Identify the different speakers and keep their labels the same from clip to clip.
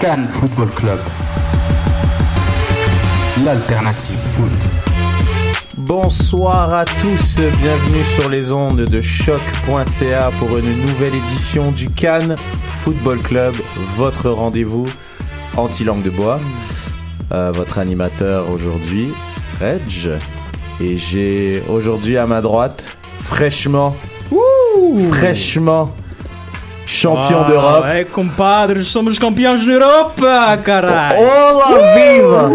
Speaker 1: Cannes Football Club. L'alternative foot.
Speaker 2: Bonsoir à tous, bienvenue sur les ondes de choc.ca pour une nouvelle édition du Cannes Football Club, votre rendez-vous anti-langue de bois. Euh, votre animateur aujourd'hui, Reg. Et j'ai aujourd'hui à ma droite, fraîchement, fraîchement champion
Speaker 3: Ah,
Speaker 2: d'Europe,
Speaker 3: É, compadre, somos campeões da Europa,
Speaker 2: Oh,
Speaker 3: caralho!
Speaker 2: Olá viva!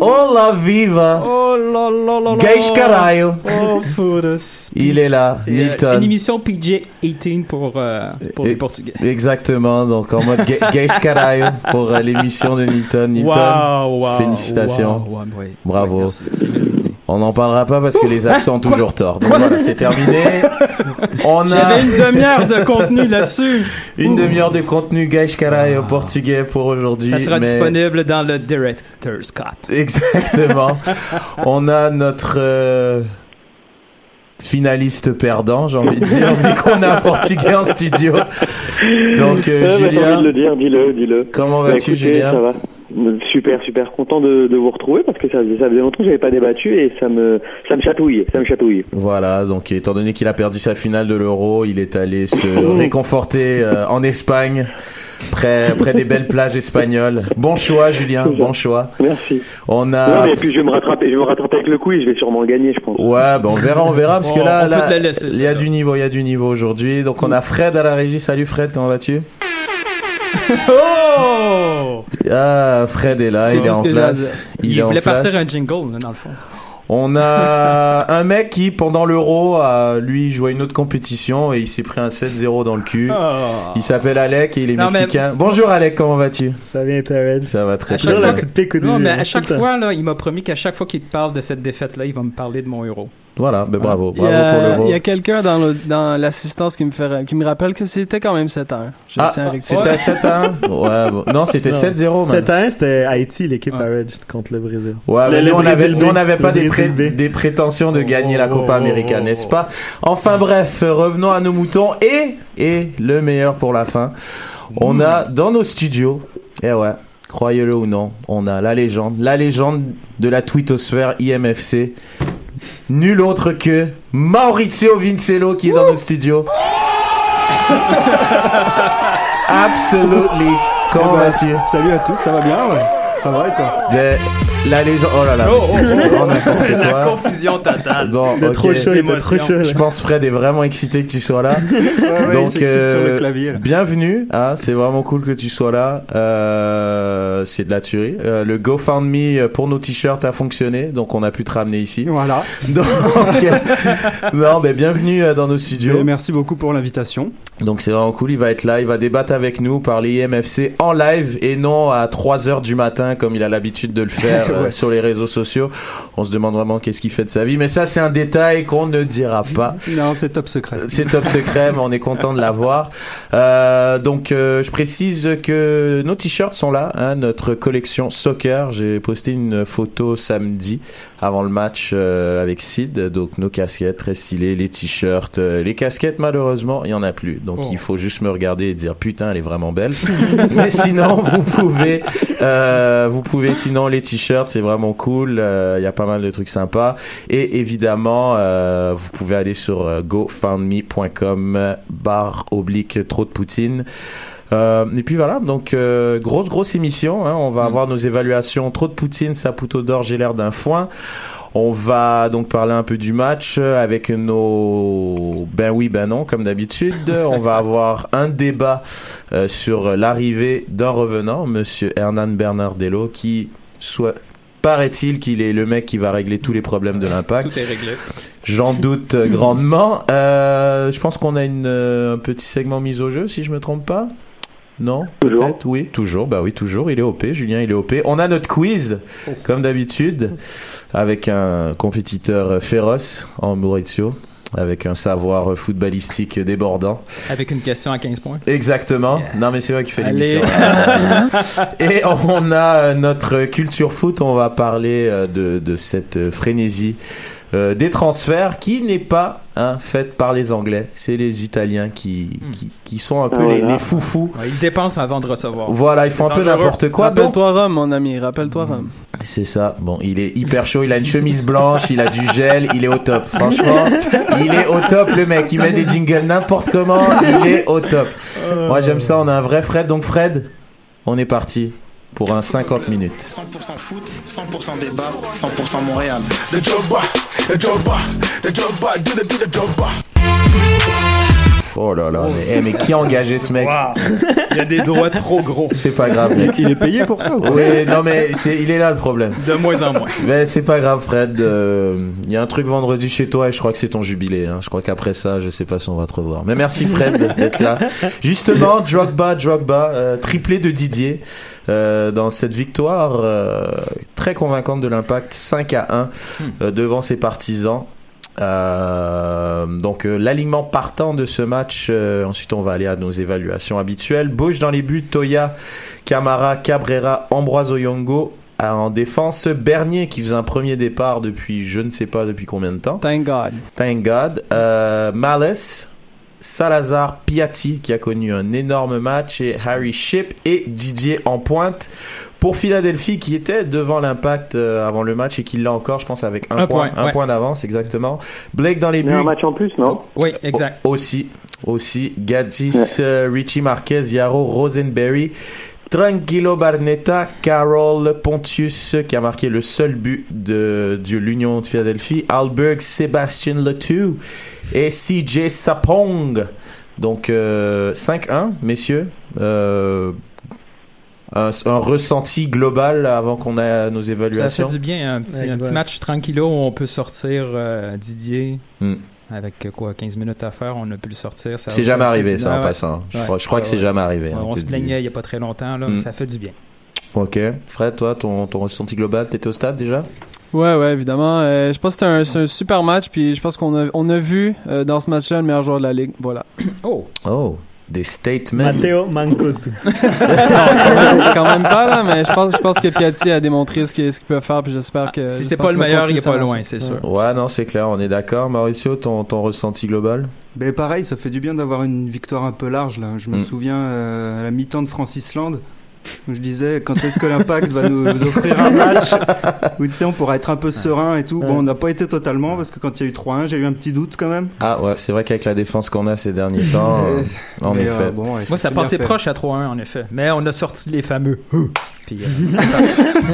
Speaker 2: Olá viva!
Speaker 3: Oh, lo, lo, lo, lo.
Speaker 2: Gays caralho!
Speaker 3: Oh, foda-se.
Speaker 2: Il est là,
Speaker 3: C'est, euh,
Speaker 2: Milton.
Speaker 3: une émission PJ-18 pour, euh, pour
Speaker 2: Et-
Speaker 3: les Portugais.
Speaker 2: Exactement, donc en mode ga- gays caralho pour euh, l'émission de Milton. Milton,
Speaker 3: Waouh, waouh,
Speaker 2: félicitations.
Speaker 3: waouh, waouh, ouais.
Speaker 2: Bravo.
Speaker 3: Ouais, merci, c'est mérité.
Speaker 2: on n'en parlera pas parce que les absents ont toujours tort. Donc voilà, c'est terminé. On a
Speaker 3: J'avais une demi-heure de contenu là-dessus.
Speaker 2: une demi-heure de contenu gays caralho portugais pour aujourd'hui.
Speaker 3: Ça sera
Speaker 2: mais-
Speaker 3: disponible dans le Director's Cut.
Speaker 2: Exactement. on a notre euh, finaliste perdant, j'ai envie de dire, vu qu'on a un portugais en studio. Donc euh,
Speaker 4: Ouais, bah, J'ai
Speaker 2: Julien,
Speaker 4: envie de le dire, dis-le, dis-le.
Speaker 2: comment
Speaker 4: Bah,
Speaker 2: vas-tu
Speaker 4: écoutez,
Speaker 2: Julien
Speaker 4: ça va. Super, super content de, de vous retrouver parce que ça, faisait- ça faisait longtemps que j'avais pas débattu et ça me, ça me chatouille, ça me chatouille.
Speaker 2: Voilà, donc étant donné qu'il a perdu sa finale de l'Euro, il est allé
Speaker 4: Oh.
Speaker 2: se réconforter euh, en Espagne, près, près des belles plages espagnoles. Bon choix, Julien, bon choix.
Speaker 4: Merci.
Speaker 2: On
Speaker 4: Ouais,
Speaker 2: a...
Speaker 4: mais puis je vais me rattraper, je vais me rattraper avec le quiz, je vais sûrement le gagner, je pense.
Speaker 2: Ouais, ben on verra, on verra, parce que
Speaker 3: Bon,
Speaker 2: là,
Speaker 3: on peut
Speaker 2: là,
Speaker 3: te la laisser,
Speaker 2: il y a
Speaker 3: celle-là.
Speaker 2: du niveau, il y a du niveau aujourd'hui. Donc on a Fred à la régie. Salut Fred, comment vas-tu
Speaker 3: Oh!
Speaker 2: Ah, Fred est là,
Speaker 3: C'est
Speaker 2: il est
Speaker 3: tout
Speaker 2: en
Speaker 3: ce que j'ai à dire.
Speaker 2: place.
Speaker 3: Il,
Speaker 2: est en
Speaker 3: voulait
Speaker 2: place.
Speaker 3: partir un jingle, là, dans le fond.
Speaker 2: On a un mec qui, pendant l'Euro, a, lui, joué une autre compétition et il s'est pris un 7-0 dans le cul.
Speaker 3: Oh.
Speaker 2: Il s'appelle Alec et il est
Speaker 3: Non, mais-
Speaker 2: mexicain. Bonjour Alec, comment vas-tu
Speaker 5: Ça vient, Tarek.
Speaker 2: Ça va très
Speaker 3: À
Speaker 2: bien.
Speaker 3: chaque fois
Speaker 5: La
Speaker 3: que-
Speaker 5: petite pique au début.
Speaker 3: Non, mais
Speaker 5: hein,
Speaker 3: à chaque
Speaker 5: tout le temps.
Speaker 3: fois, là, il m'a promis qu'à chaque fois qu'il parle de cette défaite-là, il va me parler de mon euro.
Speaker 2: Voilà, ben bravo,
Speaker 6: Il y
Speaker 2: bravo pour
Speaker 6: a, il y
Speaker 2: l'Euro.
Speaker 6: a quelqu'un dans le- dans l'assistance qui me fait ra- qui me rappelle que c'était quand même 7 heures. Je
Speaker 2: Ah,
Speaker 6: tiens à rectifier.
Speaker 2: C'était à 7-1 Ouais, bon. Non, c'était
Speaker 5: Non.
Speaker 2: 7-0 même.
Speaker 5: 7-1, c'était Haïti, l'équipe
Speaker 3: Ouais.
Speaker 5: Arage contre le Brésil.
Speaker 2: Ouais,
Speaker 5: Le-
Speaker 2: mais
Speaker 5: le
Speaker 2: nous, on avait,
Speaker 5: Brésil B.
Speaker 2: nous, on n'avait pas
Speaker 5: Le
Speaker 2: des,
Speaker 5: Brésil
Speaker 2: pré-
Speaker 5: B.
Speaker 2: des prétentions de gagner la
Speaker 5: oh,
Speaker 2: Copa
Speaker 5: oh,
Speaker 2: América,
Speaker 5: oh,
Speaker 2: n'est-ce pas Enfin bref, revenons à nos moutons et, et le meilleur pour la fin. On a
Speaker 5: Hmm.
Speaker 2: dans nos studios, et ouais, croyez-le ou non, on a la légende, la légende de la twittosphère IMFC. Nul autre que Maurizio Vincello qui est dans nos studios. Absolutely. Comment
Speaker 5: Eh ben,
Speaker 2: vas-tu
Speaker 5: Salut à tous, ça va bien, ouais. Ça va et toi
Speaker 2: De- La légende. Oh là là.
Speaker 3: Oh,
Speaker 2: mais c'est
Speaker 3: oh,
Speaker 2: vraiment n'importe quoi.
Speaker 3: confusion totale.
Speaker 2: Bon,
Speaker 5: Il est
Speaker 2: ok.
Speaker 5: trop chaud, il est
Speaker 3: Émotion.
Speaker 5: trop chaud.
Speaker 2: Je
Speaker 5: là.
Speaker 2: pense Fred est vraiment excité que tu sois là.
Speaker 5: Ouais, ouais,
Speaker 2: Donc,
Speaker 5: il s'excite sur
Speaker 2: euh,
Speaker 5: le clavier. là.
Speaker 2: Bienvenue, ah, c'est vraiment cool que tu sois là. Euh, c'est de la tuerie. Euh, le GoFundMe pour nos t-shirts a fonctionné, donc on a pu te ramener ici.
Speaker 7: Voilà.
Speaker 2: Donc, non, mais bienvenue euh, dans nos studios.
Speaker 7: Et merci beaucoup pour l'invitation.
Speaker 2: Donc c'est vraiment cool, il va être là, il va débattre avec nous par les IMFC en live et non à 3h du matin comme il a l'habitude de le faire euh, sur les réseaux sociaux. On se demande vraiment qu'est-ce qu'il fait de sa vie, mais ça c'est un détail qu'on ne dira pas.
Speaker 7: Non, c'est top secret.
Speaker 2: C'est top secret, mais on est content de l'avoir. Euh, donc, euh, je précise que nos t-shirts sont là, hein, notre collection soccer. J'ai posté une photo samedi avant le match euh, avec Sid. Donc, nos casquettes très stylées, les t-shirts, euh, les casquettes, malheureusement, il y en a plus. Donc,
Speaker 3: Oh.
Speaker 2: il faut juste me regarder et dire putain, elle est vraiment belle. mais sinon, vous pouvez, euh, vous pouvez sinon les t-shirts, c'est vraiment cool. Euh, Il y a pas mal de trucs sympas. Et évidemment, euh, vous pouvez aller sur euh, gofundme.com euh, barre oblique trop de poutine. Euh, et puis voilà, donc euh, grosse grosse émission. hein. on va avoir nos évaluations trop de poutine, saputo d'or, j'ai l'air d'un foin. On va donc parler un peu du match euh, avec nos ben oui ben non comme d'habitude. on va avoir un débat euh, sur l'arrivée d'un revenant, Monsieur Hernan Bernardello, qui soit paraît-il qu'il est le mec qui va régler tous les problèmes de l'impact.
Speaker 3: Tout est réglé.
Speaker 2: J'en doute euh, grandement. Euh, je pense qu'on a une, euh, un petit segment mise au jeu, si je me trompe pas. Non
Speaker 4: Toujours.
Speaker 2: Peut-être, oui, toujours. Bah oui, toujours. Il est OP, Julien, il est OP. On a notre quiz, comme d'habitude, avec un compétiteur féroce en Maurizio, avec un savoir footballistique débordant.
Speaker 3: Avec une question à 15 points.
Speaker 2: Exactement. Non, mais c'est vrai qu'il fait
Speaker 6: Allez.
Speaker 2: l'émission. Et on a euh, notre culture foot. On va parler euh, de, de cette euh, frénésie euh, des transferts qui n'est pas hein, faite par les Anglais. C'est les Italiens qui, qui, qui sont un peu les,
Speaker 4: voilà.
Speaker 2: les foufous.
Speaker 3: Ouais, il dépense avant de recevoir.
Speaker 2: Voilà, ils font un peu
Speaker 3: dangereux.
Speaker 2: n'importe quoi. Hmm. Donc,
Speaker 6: Rappelle-toi Rome, mon ami, rappelle-toi Rome.
Speaker 2: c'est ça. Bon, il est hyper chaud. Il a une chemise blanche, il a du gel, il est au top. Franchement, il est au top, le mec. Il met des jingles n'importe comment. Il est au top. Moi, j'aime ça. On a un vrai Fred. Donc, Fred, on est parti pour un 50 minutes.
Speaker 8: 100% foot, 100% débat, 100% Montréal.
Speaker 2: Oh là là, mais, eh, mais qui a engagé ce mec
Speaker 3: Il y a des doigts trop gros.
Speaker 2: C'est pas grave, mec.
Speaker 5: Il est payé pour ça ou quoi
Speaker 2: Ouais, non, mais c'est- il est là le problème.
Speaker 3: De moins en moins.
Speaker 2: Mais c'est pas grave, Fred. euh, Il y a un truc vendredi chez toi et je crois que c'est ton jubilé. hein. Je crois qu'après ça, je sais pas si on va te revoir. Mais merci, Fred, d'être là. Justement, Drogba, Drogba, euh, triplé de Didier euh, dans cette victoire euh, très convaincante de l'impact, 5 à 1 euh, devant ses partisans. Euh, donc euh, l'alignement partant de ce match, euh, ensuite on va aller à nos évaluations habituelles. Bauche dans les buts, Toya, Camara, Cabrera, Ambroise Oyongo à- en défense. Bernier qui faisait un premier départ depuis je ne sais pas depuis combien de temps.
Speaker 6: Thank God.
Speaker 2: Thank God. Euh, Malice, Salazar, Piatti qui a connu un énorme match et Harry Ship et Didier en pointe. Pour Philadelphie qui était devant l'impact euh, avant le match et qui l'a encore, je pense, avec un,
Speaker 3: Un
Speaker 2: point,
Speaker 3: point,
Speaker 2: un
Speaker 3: ouais.
Speaker 2: point d'avance exactement. Blake dans les
Speaker 4: Il y
Speaker 2: buts.
Speaker 4: a un match en plus, non
Speaker 3: Oui, exact.
Speaker 2: Au- Aussi, aussi, Gadis,
Speaker 4: Ouais.
Speaker 2: euh, Richie Marquez, Yaro, Rosenberry, Tranquillo Barnetta, Carol Pontius, qui a marqué le seul but de, de l'Union de Philadelphie, Alberg, Sébastien Letou et CJ Sapong. Donc euh, 5-1, messieurs. Euh, un, un ressenti global avant qu'on ait nos
Speaker 3: Ça fait
Speaker 2: évaluations.
Speaker 3: du bien, un petit, un
Speaker 5: Exact.
Speaker 3: petit match tranquillo où on peut sortir euh, Didier.
Speaker 2: Hmm.
Speaker 3: Avec euh, quoi, 15 minutes à faire, on a pu le sortir. ça-
Speaker 2: C'est jamais arrivé, ça, en
Speaker 3: Ah Ouais,
Speaker 2: passant. Je
Speaker 3: Ouais. Ah
Speaker 2: crois, je crois que c'est
Speaker 3: Ouais.
Speaker 2: jamais arrivé.
Speaker 3: ouais,
Speaker 2: hein,
Speaker 3: on
Speaker 2: que
Speaker 3: se
Speaker 2: de-
Speaker 3: plaignait il n'y a pas très longtemps, là,
Speaker 2: Hmm.
Speaker 5: Mm.
Speaker 3: mais ça fait du bien.
Speaker 2: Ok. Fred, toi, ton, ton ressenti global, t'étais au stade déjà
Speaker 6: Ouais, ouais, évidemment. Euh, je pense que c'est un, c'est un super match, puis je pense qu'on a, on a vu euh, dans ce match-là le meilleur joueur de la ligue. Voilà.
Speaker 3: Oh!
Speaker 2: Oh, des statements.
Speaker 5: Matteo Mancosu.
Speaker 6: quand, même, quand même pas, là, mais je pense, je pense que Piatti a démontré ce qu'il ce qu'il peut faire, puis j'espère que.
Speaker 3: Si c'est
Speaker 6: j'espère
Speaker 3: pas le
Speaker 6: qu'il va
Speaker 3: meilleur, il
Speaker 6: continuer
Speaker 3: est pas
Speaker 6: sa lancée.
Speaker 3: loin, c'est sûr.
Speaker 2: Ouais, non, c'est clair, on est d'accord. Mauricio, ton, ton ressenti global
Speaker 7: Ben pareil, ça fait du bien d'avoir une victoire un peu large là. Je me
Speaker 2: Mm.
Speaker 7: souviens euh, à la mi-temps de Francis Land, où je disais quand est-ce que l'Impact va nous, nous offrir un match où tu sais on pourra être un peu serein et tout. Bon, on n'a pas été totalement parce que quand il y a eu 3-1, j'ai eu un petit doute quand même.
Speaker 2: Ah ouais, c'est vrai qu'avec la défense qu'on a ces derniers temps, euh, en
Speaker 7: Mais,
Speaker 2: effet.
Speaker 7: euh, bon, ouais, ça
Speaker 3: Moi, ça
Speaker 7: s'est bien
Speaker 3: passait
Speaker 7: fait.
Speaker 3: proche à 3-1, en effet. Mais on a sorti les fameux. Puis, euh,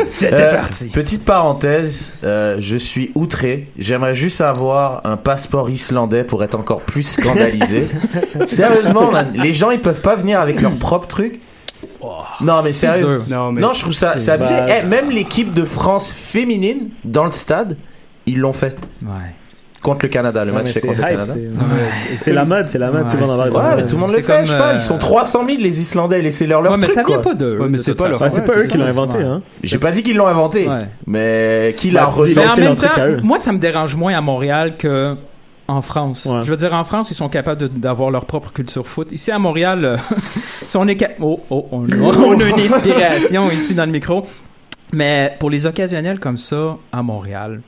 Speaker 3: c'était
Speaker 2: Euh,
Speaker 3: parti.
Speaker 2: Petite parenthèse, euh, je suis outré. J'aimerais juste avoir un passeport islandais pour être encore plus scandalisé. Sérieusement, man, les gens ils peuvent pas venir avec leur propre truc. non mais
Speaker 3: Oh, C'est
Speaker 2: sérieux.
Speaker 3: dur.
Speaker 7: Non mais
Speaker 2: Non, je trouve ça,
Speaker 5: c'est
Speaker 2: ça abject.
Speaker 5: bad.
Speaker 2: Eh, même l'équipe de France féminine dans le stade, ils l'ont fait
Speaker 3: Ouais.
Speaker 2: contre le Canada, le
Speaker 5: Non, mais
Speaker 2: match c'est
Speaker 5: c'est
Speaker 2: contre le
Speaker 5: hype,
Speaker 2: Canada.
Speaker 5: c'est- C'est la mode, c'est la mode,
Speaker 3: Ouais,
Speaker 5: tout le monde en
Speaker 3: c'est-
Speaker 5: parle.
Speaker 2: Ouais, mais tout le monde
Speaker 3: C'est
Speaker 2: le fait,
Speaker 3: comme,
Speaker 2: je sais pas.
Speaker 3: euh,
Speaker 2: Ils sont 300 000 les Islandais, laissez-leur leur
Speaker 3: Ouais, mais
Speaker 2: truc,
Speaker 3: ça vient
Speaker 2: quoi.
Speaker 3: pas d'eux.
Speaker 7: Ouais, mais
Speaker 3: de
Speaker 7: c'est
Speaker 3: toute
Speaker 7: pas leur-
Speaker 3: façon.
Speaker 5: Bah, c'est pas
Speaker 7: Ouais,
Speaker 5: eux
Speaker 7: c'est
Speaker 5: qui l'ont
Speaker 3: ça,
Speaker 5: inventé,
Speaker 3: ouais.
Speaker 5: hein.
Speaker 2: J'ai pas dit qu'ils l'ont inventé,
Speaker 3: Ouais.
Speaker 2: mais qui l'a
Speaker 5: Bah, tu dis
Speaker 2: reçu.
Speaker 5: Ils
Speaker 3: Mais
Speaker 5: ont
Speaker 3: en
Speaker 5: fait
Speaker 3: même
Speaker 5: leur truc à eux.
Speaker 3: temps, moi, ça me dérange moins à Montréal que en France.
Speaker 5: Ouais.
Speaker 3: Je veux dire, en France, ils sont capables de- d'avoir leur propre culture foot. Ici, à Montréal, euh, si on est cap- oh, oh, on, on a une inspiration ici dans le micro. Mais pour les occasionnels comme ça, à Montréal,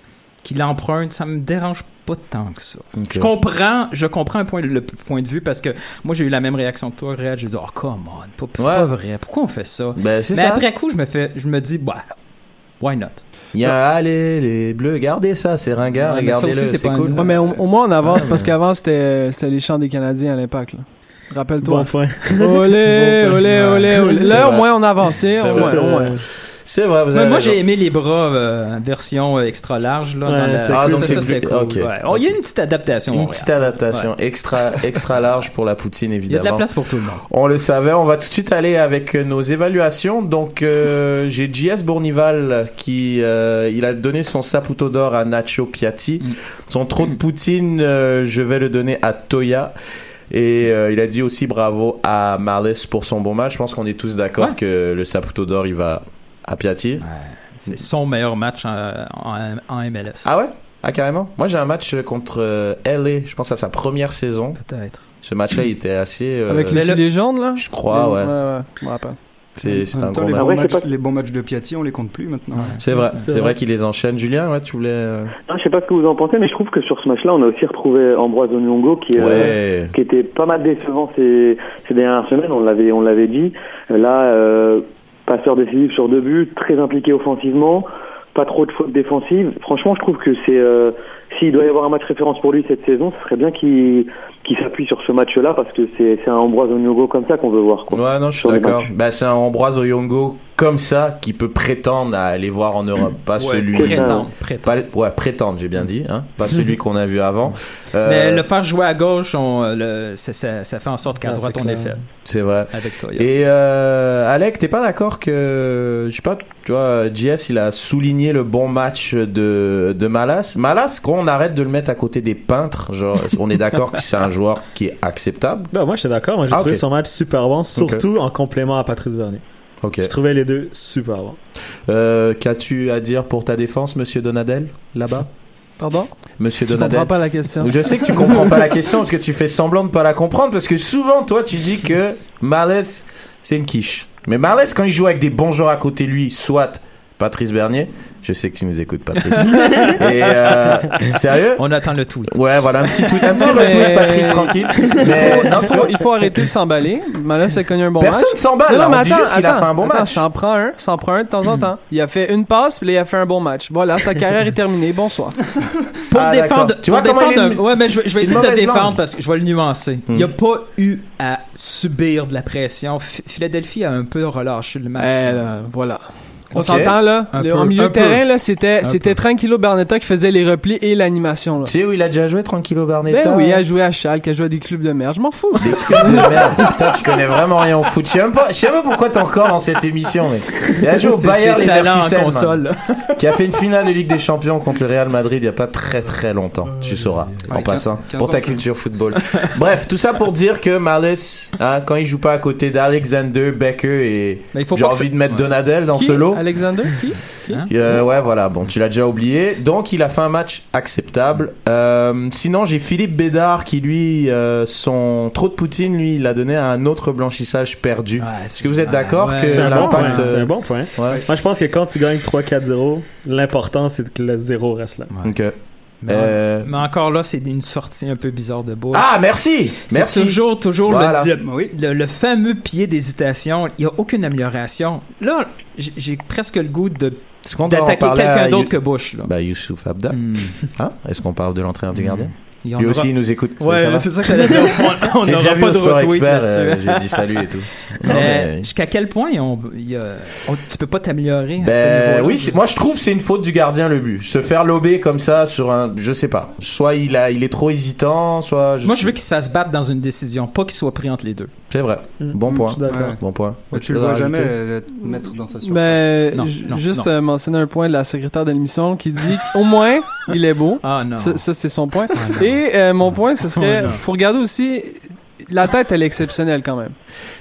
Speaker 3: qui l'empruntent, ça me dérange pas tant que ça.
Speaker 2: euh,
Speaker 3: Je comprends, je comprends un point, le point de vue parce que moi j'ai eu la même réaction que toi, Red. J'ai dit, oh come on, pas- c'est
Speaker 2: Ouais.
Speaker 3: pas vrai. Pourquoi on fait ça?
Speaker 2: Ben, c'est
Speaker 3: Mais
Speaker 2: ça.
Speaker 3: après coup, je me fais, je me dis, bah, why not?
Speaker 2: Il y a, allez, les bleus, gardez ça, c'est ringard,
Speaker 3: Ouais, mais ça
Speaker 2: regardez-le,
Speaker 3: aussi, c'est
Speaker 2: c'est
Speaker 3: pas un-
Speaker 2: cool.
Speaker 6: Ouais, mais au, au moins on avance, parce qu'avant c'était c'était les chants des Canadiens à l'impact, là. Rappelle-toi.
Speaker 5: Bon point.
Speaker 6: Olé, olé, olé, olé.
Speaker 2: C'est
Speaker 6: Là, au
Speaker 2: vrai.
Speaker 6: moins, on a avancé. Au
Speaker 2: C'est
Speaker 6: moins,
Speaker 2: vrai.
Speaker 6: au moins.
Speaker 2: C'est vrai, vous
Speaker 3: Mais
Speaker 2: avez
Speaker 3: moi,
Speaker 2: raison.
Speaker 3: j'ai aimé les bras euh, version euh, extra large. Là,
Speaker 5: Ouais,
Speaker 3: dans la-
Speaker 5: c'était
Speaker 2: Ah,
Speaker 3: ça,
Speaker 2: cool. donc
Speaker 3: ça,
Speaker 2: c'est
Speaker 3: c'était
Speaker 2: plus-
Speaker 3: cool.
Speaker 2: ok.
Speaker 3: Ouais. Oh, Il y a une petite adaptation.
Speaker 2: une
Speaker 3: Montréal.
Speaker 2: petite adaptation extra, extra large pour la poutine,
Speaker 3: Il y a de la
Speaker 2: évidemment.
Speaker 3: place pour tout le monde.
Speaker 2: On le savait, on va tout de suite aller avec euh, nos évaluations. Donc euh, j'ai JS Bournival qui euh, il a donné son saputo d'or à Nacho Piatti. Son trop de poutine, euh, je vais le donner à Toya. Et euh, il a dit aussi bravo à Malice pour son bon match. Je pense qu'on est tous d'accord
Speaker 3: Ouais.
Speaker 2: que le Saputo d'or, il va à Piatti.
Speaker 3: C'est son meilleur match en, en- en MLS.
Speaker 2: Ah ouais Ah carrément Moi j'ai un match contre euh, LA, je pense à sa première saison.
Speaker 3: Peut-être.
Speaker 2: Ce match-là il était assez... euh,
Speaker 6: Avec
Speaker 3: mais
Speaker 6: les
Speaker 3: le-
Speaker 6: légendes, là
Speaker 2: Je crois, ouais.
Speaker 6: Ouais, ouais, je me rappelle.
Speaker 2: C'est c'est
Speaker 7: En
Speaker 2: un
Speaker 7: même temps,
Speaker 2: gros
Speaker 7: les,
Speaker 2: match.
Speaker 7: bons
Speaker 4: Après, c'est
Speaker 7: matchs, les bons matchs de Piatti, on les compte plus maintenant.
Speaker 2: C'est vrai, c'est
Speaker 5: vrai.
Speaker 2: vrai qu'il les enchaîne. Julien, ouais, tu voulais... euh,
Speaker 4: Non, Ah, je sais pas ce que vous en pensez, mais je trouve que sur ce match-là, on a aussi retrouvé Ambroise Onyongo qui, euh,
Speaker 2: Ouais.
Speaker 4: qui était pas mal décevant ces, ces dernières semaines, on l'avait on l'avait dit. Là, euh, passeur décisif sur deux buts, très impliqué offensivement, pas trop de fautes défensives. Franchement, je trouve que c'est euh, s'il doit y avoir un match référence pour lui cette saison, ce serait bien qu'il qu'il s'appuie sur ce match-là parce que c'est c'est un Ambroise Onyogo comme ça qu'on veut voir. Quoi.
Speaker 2: Ouais, non, je suis
Speaker 4: Sur les
Speaker 2: d'accord.
Speaker 4: matchs.
Speaker 2: Bah, c'est un Ambroise Oyongo comme ça qui peut prétendre à aller voir en Europe, pas celui...
Speaker 3: Prétendre,
Speaker 2: Pas,
Speaker 3: prétendre.
Speaker 2: le- ouais, prétendre, j'ai bien dit, hein, pas celui qu'on a vu avant. Euh,
Speaker 3: Mais le faire jouer à gauche, on, euh, le- ça, ça- ça fait en sorte qu'à
Speaker 5: Ah,
Speaker 3: droite,
Speaker 5: c'est
Speaker 3: on est
Speaker 5: clair.
Speaker 3: faible.
Speaker 2: C'est vrai.
Speaker 3: Avec toi,
Speaker 2: Et euh, Alec, t'es pas d'accord que je sais pas, tu vois, JS il a souligné le bon match de de Malas. Malas, quand on arrête de le mettre à côté des peintres, genre, on est d'accord que c'est un joueur qui est acceptable.
Speaker 5: Bah, moi, je suis d'accord. Moi, j'ai
Speaker 2: Ah,
Speaker 5: trouvé
Speaker 2: ok.
Speaker 5: son match super bon, surtout en complément à Patrice Bernier.
Speaker 2: Ok.
Speaker 5: Je trouvais les deux super bons.
Speaker 2: Euh, Qu'as-tu à dire pour ta défense, Monsieur Donadel, là-bas,
Speaker 6: Pardon
Speaker 2: Monsieur
Speaker 6: Je
Speaker 2: Donadel?
Speaker 6: comprends pas hein. la question.
Speaker 2: Je sais que tu comprends pas la question parce que tu fais semblant de pas la comprendre parce que souvent toi tu dis que Marles c'est une quiche. Mais Marles quand il joue avec des bons joueurs à côté de lui, soit Patrice Bernier, je sais que tu nous écoutes Patrice. Et euh, sérieux
Speaker 3: On attend le tout.
Speaker 2: Ouais, voilà un petit tweet, un petit
Speaker 6: Non, mais-
Speaker 2: retweet, Patrice tranquille. Mais non, tu
Speaker 6: il, faut,
Speaker 2: vois,
Speaker 6: il faut arrêter de s'emballer. Malas a connu un bon match.
Speaker 2: personne s'emballe. là, On dit juste qu'il a fait un bon
Speaker 6: attends,
Speaker 2: match.
Speaker 6: s'en prend un, s'en prend un de temps en temps. Il a fait une passe, puis là, il a fait un bon match. Voilà, sa carrière est terminée. Bonsoir.
Speaker 3: Pour
Speaker 2: Ah,
Speaker 3: défendre,
Speaker 2: d'accord. Tu
Speaker 3: pour
Speaker 2: vois comment
Speaker 3: défendre
Speaker 2: il est-
Speaker 3: un- ouais, mais je, vais- je vais
Speaker 2: c'est
Speaker 3: essayer
Speaker 2: une
Speaker 3: de
Speaker 2: mauvaise
Speaker 3: défendre
Speaker 2: langue. Hmm.
Speaker 3: parce que je vais le nuancer. Il n'y a pas eu à subir de la pression. Ph- Philadelphie a un peu relâché le match.
Speaker 6: Eh, là, voilà. On
Speaker 2: Ok.
Speaker 6: s'entend là.
Speaker 3: Un
Speaker 6: Le-
Speaker 3: peu,
Speaker 6: en milieu
Speaker 3: un
Speaker 6: de terrain,
Speaker 3: peu.
Speaker 6: là, c'était, c'était Tranquillo Bernetta qui faisait les replis et l'animation. Là.
Speaker 2: Tu sais où il a déjà joué tranquillo Barnetta
Speaker 6: Ben oui, elle jouait à Schalke, elle jouait à des clubs de merde. Je m'en fous.
Speaker 2: Des screens de merde. Putain, tu connais vraiment rien au foot. Je sais même pas, je sais même pas pourquoi t'es encore dans cette émission, mais. Il a joué au
Speaker 3: C'est
Speaker 2: Bayern
Speaker 3: ses talents en
Speaker 2: Leverkusen, man,
Speaker 3: console. là.
Speaker 2: qui a fait une finale de Ligue des Champions contre le Real Madrid il y a pas très très longtemps. Tu sauras, en
Speaker 7: Ouais,
Speaker 2: passant,
Speaker 7: 15
Speaker 2: pour ta
Speaker 7: ans,
Speaker 2: culture football. Bref, tout ça pour dire que Malice, hein, quand il joue pas à côté d'Alexander, Becker et
Speaker 3: Mais il faut
Speaker 2: j'ai
Speaker 3: pas que
Speaker 2: envie
Speaker 3: ça-
Speaker 2: de mettre
Speaker 3: Ouais.
Speaker 2: Donadel dans
Speaker 6: Qui?
Speaker 2: ce lot.
Speaker 6: Alexander Qui
Speaker 2: Euh, ouais, voilà, bon, tu l'as déjà oublié. Donc, il a fait un match acceptable. Euh, sinon, j'ai Philippe Bédard qui, lui, euh, son trop de Poutine, lui, il l'a donné à un autre blanchissage perdu.
Speaker 3: Ah.
Speaker 2: Est-ce que vous êtes d'accord
Speaker 3: Ouais.
Speaker 2: que
Speaker 5: C'est un, bon point,
Speaker 2: l'impact.
Speaker 5: c'est
Speaker 2: euh,
Speaker 5: un bon point.
Speaker 2: Ouais.
Speaker 5: Moi, je pense que quand tu gagnes 3-4-0, l'important, c'est que le 0 reste là.
Speaker 2: Ok.
Speaker 3: Mais,
Speaker 2: Euh,
Speaker 3: mais encore là, c'est une sortie un peu bizarre de bois.
Speaker 2: Ah, merci!
Speaker 3: C'est
Speaker 2: Merci!
Speaker 3: Toujours, toujours le-
Speaker 2: Voilà.
Speaker 3: le,
Speaker 7: Oui.
Speaker 3: le- le fameux pied d'hésitation. Il n'y a aucune amélioration. Là, j'ai- j'ai presque le goût de-
Speaker 2: Est-ce qu'on doit en
Speaker 3: d'attaquer
Speaker 2: parler à
Speaker 3: quelqu'un
Speaker 2: You-
Speaker 3: d'autre que Bush. Là.
Speaker 2: Bah, Youssouf Abda.
Speaker 3: Hmm.
Speaker 2: Hein Est-ce qu'on parle de l'entraîneur
Speaker 3: Mm.
Speaker 2: du gardien?
Speaker 3: Il y en
Speaker 2: Lui
Speaker 3: aura-
Speaker 2: aussi, il nous écoute. Ça, ça
Speaker 3: Ouais,
Speaker 2: va
Speaker 3: c'est ça que j'allais dire. On- On
Speaker 2: J'ai déjà
Speaker 3: n'aura
Speaker 2: vu
Speaker 3: pas
Speaker 2: au
Speaker 3: de
Speaker 2: Sport
Speaker 3: retweet
Speaker 2: Expert,
Speaker 3: là-dessus.
Speaker 2: euh, j'ai dit salut et tout. Non,
Speaker 3: Mais
Speaker 2: mais-
Speaker 3: jusqu'à quel point on, il y a- on- tu peux pas t'améliorer à ce
Speaker 2: Ben
Speaker 3: niveau-là?
Speaker 2: oui, c'est- moi je trouve c'est une faute du gardien le but. Se faire lober comme ça sur un, je sais pas. Soit il a, il est trop hésitant, soit.
Speaker 3: Moi, je veux qu'il se fasse battre dans une décision, pas qu'il soit pris entre les deux.
Speaker 2: C'est vrai. Bon
Speaker 5: Mm,
Speaker 2: point.
Speaker 5: Je suis d'accord.
Speaker 7: Ouais.
Speaker 2: Bon point.
Speaker 7: Mais tu le
Speaker 2: Autre
Speaker 7: vois
Speaker 2: chose à
Speaker 7: jamais
Speaker 2: rajouter
Speaker 7: euh, te mettre dans sa surface.
Speaker 3: Bah,
Speaker 6: Ben,
Speaker 3: Non,
Speaker 6: ju-
Speaker 3: non,
Speaker 6: juste
Speaker 3: non.
Speaker 6: euh, mentionner un point de la secrétaire de l'émission qui dit au moins, il est beau.
Speaker 3: Ah non.
Speaker 6: Ça, ça, c'est son point.
Speaker 3: Ah, non.
Speaker 6: Et euh, mon point, ce serait,
Speaker 3: Oh, non.
Speaker 6: faut regarder aussi, la tête, elle est exceptionnelle quand même.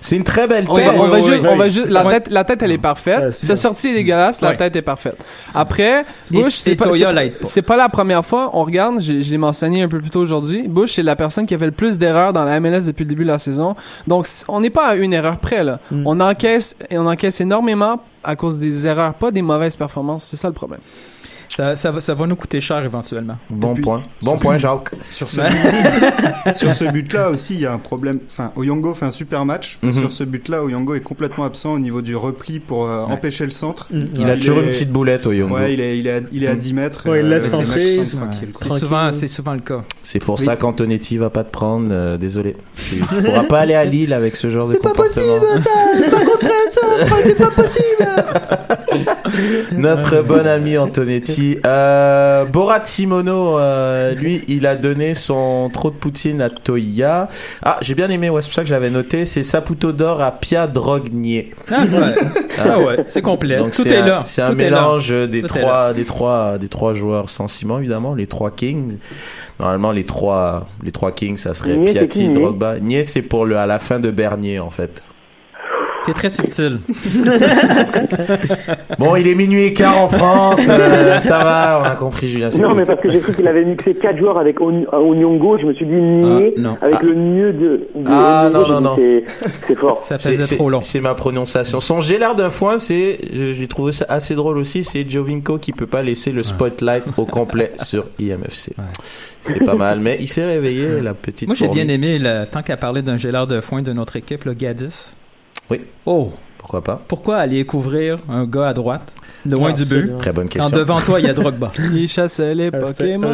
Speaker 2: C'est une très belle
Speaker 6: On va,
Speaker 2: tête.
Speaker 6: on va
Speaker 3: oui,
Speaker 6: juste,
Speaker 3: oui,
Speaker 6: on va
Speaker 3: oui.
Speaker 6: juste, la
Speaker 3: Ouais.
Speaker 6: tête, la tête, elle est parfaite.
Speaker 5: Ouais, c'est
Speaker 6: Sa
Speaker 5: bien.
Speaker 6: sortie est dégueulasse, la
Speaker 3: Ouais.
Speaker 6: tête est parfaite. Après,
Speaker 3: Et-
Speaker 6: Bush,
Speaker 3: et
Speaker 6: c'est pas,
Speaker 3: Toya
Speaker 6: c'est-
Speaker 3: l'aide pas.
Speaker 6: c'est pas la première fois. On regarde, j'ai- je l'ai mentionné un peu plus tôt aujourd'hui. Bush, c'est la personne qui a fait le plus d'erreurs dans la MLS depuis le début de la saison. Donc, c- on n'est pas à une erreur près, là. On encaisse, et on encaisse énormément à cause des erreurs, pas des mauvaises performances. C'est ça le problème.
Speaker 3: Ça, ça va, ça va nous coûter cher éventuellement.
Speaker 2: Bon
Speaker 7: Depuis-
Speaker 2: point. Bon point, Jacques.
Speaker 7: Sur ce, but- sur ce but-là aussi, il y a un problème. Enfin, Oyongo fait un super match. mais
Speaker 2: Mhm.
Speaker 7: Sur ce but-là, Oyongo est complètement absent au niveau du repli pour euh,
Speaker 3: Ouais.
Speaker 7: empêcher le centre.
Speaker 5: Mm.
Speaker 2: Il a
Speaker 7: Il
Speaker 2: toujours
Speaker 7: est-
Speaker 2: une petite boulette au Yongo.
Speaker 7: Ouais, il est, il est à, il est à 10 mètres.
Speaker 5: Ouais, il laisse
Speaker 7: les mecs
Speaker 5: centrer.
Speaker 7: sont tranquilles, quoi.
Speaker 3: C'est souvent, c'est souvent le cas.
Speaker 2: C'est pour
Speaker 7: Oui.
Speaker 2: ça qu'Antonetti va pas te prendre. euh, désolé. Tu tu pourras pas aller à Lille avec ce genre de comportement. C'est pas possible. Notre bon ami Antonetti. Euh, Borat Simono, euh, lui, il a donné son trop de poutine à Toya. Ah, j'ai bien aimé, ouais, c'est pour ça que j'avais noté, c'est Saputo d'or à Pia Drognier.
Speaker 3: Ah ouais, Ah ouais, c'est complet.
Speaker 2: Donc,
Speaker 3: Tout
Speaker 2: c'est
Speaker 3: est,
Speaker 2: un-
Speaker 3: là.
Speaker 2: C'est un
Speaker 3: Tout est là.
Speaker 2: mélange des
Speaker 3: Tout est
Speaker 2: trois, des trois, des trois joueurs sensiblement évidemment, les trois Kings. Normalement, les trois, les trois Kings, ça serait
Speaker 4: Nier, c'est qui,
Speaker 2: Piatti,
Speaker 4: Nier
Speaker 2: Drogba. Nier, c'est pour le à la fin de Bernier en fait.
Speaker 3: C'est très subtil.
Speaker 2: Bon, il est minuit et quart en France. euh, ça va, on a compris, Julien. c'est
Speaker 4: Non,
Speaker 2: cool.
Speaker 4: mais parce que j'ai cru qu'il avait mixé quatre joueurs avec On- Onyongo, je me suis dit nier,
Speaker 3: Ah, non.
Speaker 4: avec
Speaker 2: Ah.
Speaker 4: le mieux de. de
Speaker 2: Ah,
Speaker 4: Onyongo,
Speaker 2: non, non,
Speaker 4: j'ai dit, C'est c'est fort.
Speaker 3: Ça
Speaker 2: C'est-
Speaker 3: faisait
Speaker 2: c'est-
Speaker 3: trop long.
Speaker 2: C'est ma prononciation. Son Gélard d'un foin, c'est, je, je l'ai trouvé ça assez drôle aussi, c'est Jovinko qui peut pas laisser le spotlight au complet sur IMFC.
Speaker 3: Ouais.
Speaker 2: C'est pas mal, mais il s'est réveillé, la petite.
Speaker 3: Moi, j'ai
Speaker 2: fourmi.
Speaker 3: bien aimé, le, tant qu'à parler d'un gélard de foin de notre équipe, le Gadis.
Speaker 2: Oui.
Speaker 3: Oh,
Speaker 2: Pourquoi pas?
Speaker 3: pourquoi aller couvrir un gars à droite, loin
Speaker 5: Ah,
Speaker 3: du but,
Speaker 5: absolument.
Speaker 2: Très bonne
Speaker 3: quand
Speaker 2: question.
Speaker 3: devant toi, il y a Drogba?
Speaker 6: Il chassait les
Speaker 5: Ah, c'était
Speaker 6: Pokémon.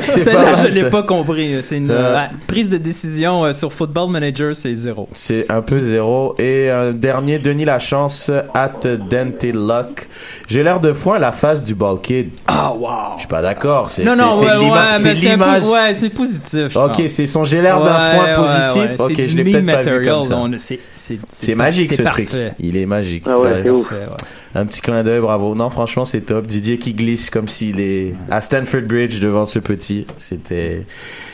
Speaker 2: C'est pas
Speaker 3: Celle-là,
Speaker 2: mal,
Speaker 3: je l'ai
Speaker 2: ça.
Speaker 3: pas compris. C'est une
Speaker 2: Ça-
Speaker 3: euh, ouais, prise de décision euh, sur Football Manager, c'est zéro.
Speaker 2: C'est un peu zéro. Et un dernier, Denis Lachance, at Dente Luck. J'ai l'air de foin la face du ball kid.
Speaker 3: Ah, wow!
Speaker 2: Je suis pas d'accord. C'est
Speaker 3: Non, non,
Speaker 2: c'est- c'est
Speaker 3: ouais,
Speaker 2: l'ima-
Speaker 3: ouais,
Speaker 2: c'est
Speaker 3: mais c'est un
Speaker 2: l'image.
Speaker 3: peu- ouais, c'est positif. je
Speaker 2: Ok,
Speaker 3: pense.
Speaker 2: c'est son j'ai l'air d'un
Speaker 3: Ouais, ouais,
Speaker 2: foin positif.
Speaker 3: ouais,
Speaker 2: Ok,
Speaker 3: c'est
Speaker 2: je
Speaker 3: du
Speaker 2: l'ai peut-être
Speaker 3: meme
Speaker 2: pas vu
Speaker 3: material,
Speaker 2: comme ça.
Speaker 3: on le sait. C'est c'est-
Speaker 2: C'est magique
Speaker 3: c'est
Speaker 2: ce
Speaker 3: parfait.
Speaker 2: truc. Il est magique.
Speaker 4: Ah ouais,
Speaker 2: sérieux.
Speaker 4: c'est ouf.
Speaker 3: Parfait, ouais.
Speaker 2: Un petit clin d'œil, bravo. Non, franchement, c'est top. Didier qui glisse comme s'il est à Stanford Bridge devant ce petit. C'était,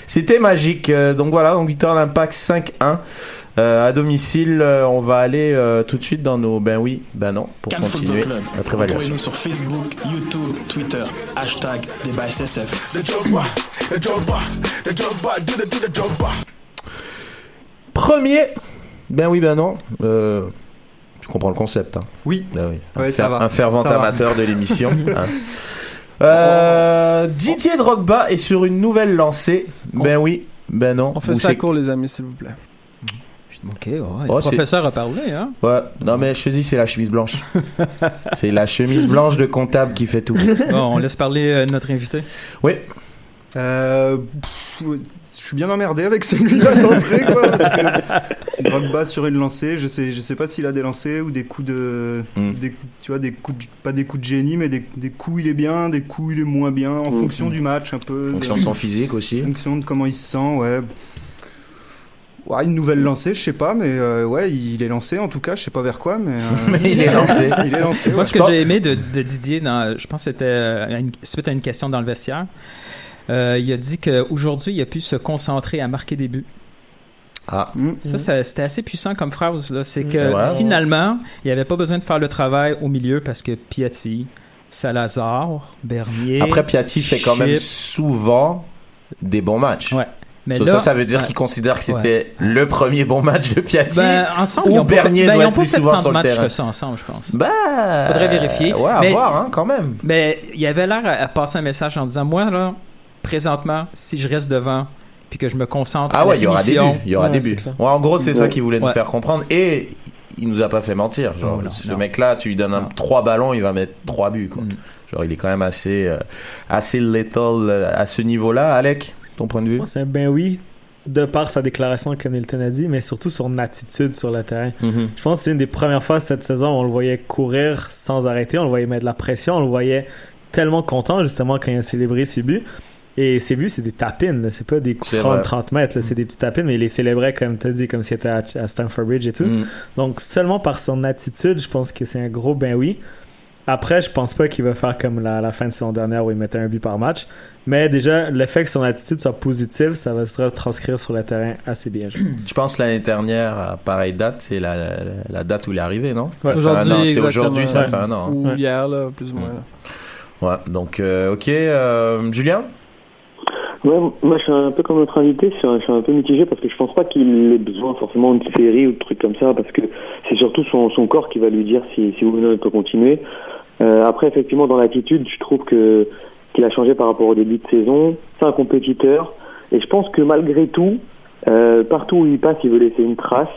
Speaker 2: c'était magique. Euh, Donc voilà, donc victoire à l'impact 5-1. Euh, à domicile, euh, on va aller euh, tout de suite dans nos ben oui, ben non, pour
Speaker 8: Cannes Football
Speaker 2: continuer
Speaker 8: Club.
Speaker 2: notre évaluation.
Speaker 8: Retrouvez-nous sur Facebook, YouTube, Twitter. Hashtag débat SSF.
Speaker 2: Premier, ben oui, ben non. Euh, tu comprends le concept, hein.
Speaker 7: Oui.
Speaker 2: Ben oui. Un,
Speaker 7: Ouais, ça va.
Speaker 2: un fervent
Speaker 7: Ça va.
Speaker 2: amateur de l'émission. hein. Euh, Didier Drogba est sur une nouvelle lancée.
Speaker 7: Oh.
Speaker 2: Ben oui, ben non.
Speaker 6: On fait
Speaker 2: Ou
Speaker 6: ça
Speaker 2: c'est-
Speaker 6: court, les amis, s'il vous plaît.
Speaker 3: Ok, ouais.
Speaker 2: Oh,
Speaker 3: le
Speaker 2: c'est-
Speaker 3: professeur a parlé, hein?
Speaker 2: Ouais, non mais je te dis c'est la chemise blanche. c'est la chemise blanche de comptable qui fait tout.
Speaker 3: Bon, on laisse parler euh, notre invité.
Speaker 2: Oui,
Speaker 7: Euh, pff, je suis bien emmerdé avec celui-là d'entrée, quoi. Parce que Drogba sur une lancée, je sais, je sais pas s'il a des lancers ou des coups de,
Speaker 2: Mm.
Speaker 7: des, tu vois, des coups, de- pas des coups de génie, mais des, des coups il est bien, des coups il est moins bien, en
Speaker 4: Mm.
Speaker 7: fonction du match, un peu.
Speaker 2: fonction de son physique aussi.
Speaker 7: en fonction de comment il se sent, ouais. Ouais, une nouvelle lancée, je sais pas, mais euh, ouais, il est lancé en tout cas, je sais pas vers quoi, mais. euh,
Speaker 2: Mais il est lancé.
Speaker 7: il est lancé.
Speaker 3: Moi,
Speaker 7: ouais.
Speaker 3: ce que j'ai aimé de, de Didier, dans, je pense que c'était euh, une- suite à une question dans le vestiaire, euh, il a dit qu'aujourd'hui, il a pu se concentrer à marquer des buts.
Speaker 2: Ah,
Speaker 7: Mm.
Speaker 3: Ça, ça- c'était assez puissant comme phrase. là. C'est que
Speaker 2: Ouais.
Speaker 3: finalement, il n'y avait pas besoin de faire le travail au milieu parce que Piatti, Salazar, Bernier.
Speaker 2: Après Piatti fait quand même
Speaker 3: Chip.
Speaker 2: souvent des bons matchs.
Speaker 3: Ouais. mais
Speaker 2: Sauf
Speaker 3: là,
Speaker 2: ça, ça veut dire
Speaker 3: ouais.
Speaker 2: qu'il considère que c'était le premier bon match de Piatti.
Speaker 3: ben, ensemble,
Speaker 2: ou
Speaker 3: ils ont pas
Speaker 2: Bernier
Speaker 3: fait- ben,
Speaker 2: doit
Speaker 3: ils
Speaker 2: être
Speaker 3: ont pas
Speaker 2: plus
Speaker 3: fait
Speaker 2: souvent
Speaker 3: tant
Speaker 2: sur
Speaker 3: de
Speaker 2: le
Speaker 3: matchs
Speaker 2: terrain.
Speaker 3: que ça ensemble, je pense.
Speaker 2: Bah,
Speaker 3: Faudrait vérifier.
Speaker 2: Ouais, à
Speaker 3: Mais-
Speaker 2: voir, hein, quand même.
Speaker 3: Mais il avait l'air à, à passer un message en disant Moi, là, présentement, si je reste devant puis que je me concentre
Speaker 2: Ah
Speaker 3: à
Speaker 2: ouais,
Speaker 3: la
Speaker 2: il y aura des
Speaker 3: finition,
Speaker 2: buts. Il y aura
Speaker 5: Ouais,
Speaker 2: des
Speaker 5: c'est
Speaker 2: buts.
Speaker 5: clair.
Speaker 2: Ouais, en gros, c'est ça qu'il voulait nous
Speaker 3: Ouais.
Speaker 2: faire comprendre. Et il nous a pas fait mentir. Genre,
Speaker 3: Non, non,
Speaker 2: ce
Speaker 3: non.
Speaker 2: mec-là, tu lui donnes un,
Speaker 3: Non.
Speaker 2: trois ballons, il va mettre trois buts. Quoi.
Speaker 3: Mm.
Speaker 2: Genre, il est quand même assez, euh, assez lethal euh, à ce niveau-là. Alec, ton point de vue
Speaker 5: Moi, c'est un ben oui, de par sa déclaration, comme Hilton a dit, mais surtout son attitude sur le terrain.
Speaker 2: Mhm.
Speaker 5: Je pense que c'est une des premières fois cette saison où on le voyait courir sans arrêter, on le voyait mettre de la pression, on le voyait tellement content justement quand il a célébré ses buts. Et ses buts, c'est des tapines, là. c'est pas des coups
Speaker 2: C'est
Speaker 5: francs
Speaker 2: vrai. Mm.
Speaker 5: de 30 mètres, là. c'est des petits tapines, mais il les célébrait comme tu as dit, comme si c'était à, à Stamford Bridge et tout.
Speaker 2: Mm.
Speaker 5: Donc seulement par son attitude, je pense que c'est un gros ben oui. Après, je pense pas qu'il va faire comme la, la fin de saison dernière où il mettait un but par match. Mais déjà, le fait que son attitude soit positive, ça va se transcrire sur le terrain assez bien. je pense.
Speaker 2: Je pense l'année dernière, à pareille date, c'est la, la- la date où il est arrivé, Ah non
Speaker 5: Ouais.
Speaker 2: Ça fait un
Speaker 6: Aujourd'hui,
Speaker 2: an. C'est
Speaker 6: exactement.
Speaker 2: aujourd'hui, ça
Speaker 5: Ouais.
Speaker 2: fait un an. hein.
Speaker 6: Ou
Speaker 5: Ouais.
Speaker 6: hier, là, plus ou moins. là.
Speaker 2: Ouais, donc, euh, ok. euh, Julien
Speaker 4: Ouais, moi je suis un peu comme notre invité, je suis un, je suis un peu mitigé parce que je pense pas qu'il ait besoin forcément d'une série ou de trucs comme ça parce que c'est surtout son, son corps qui va lui dire si, si vous voulez, on peut continuer. Euh, après, effectivement, dans l'attitude, je trouve que qu'il a changé par rapport au début de saison. C'est un compétiteur et je pense que malgré tout, euh, partout où il passe, il veut laisser une trace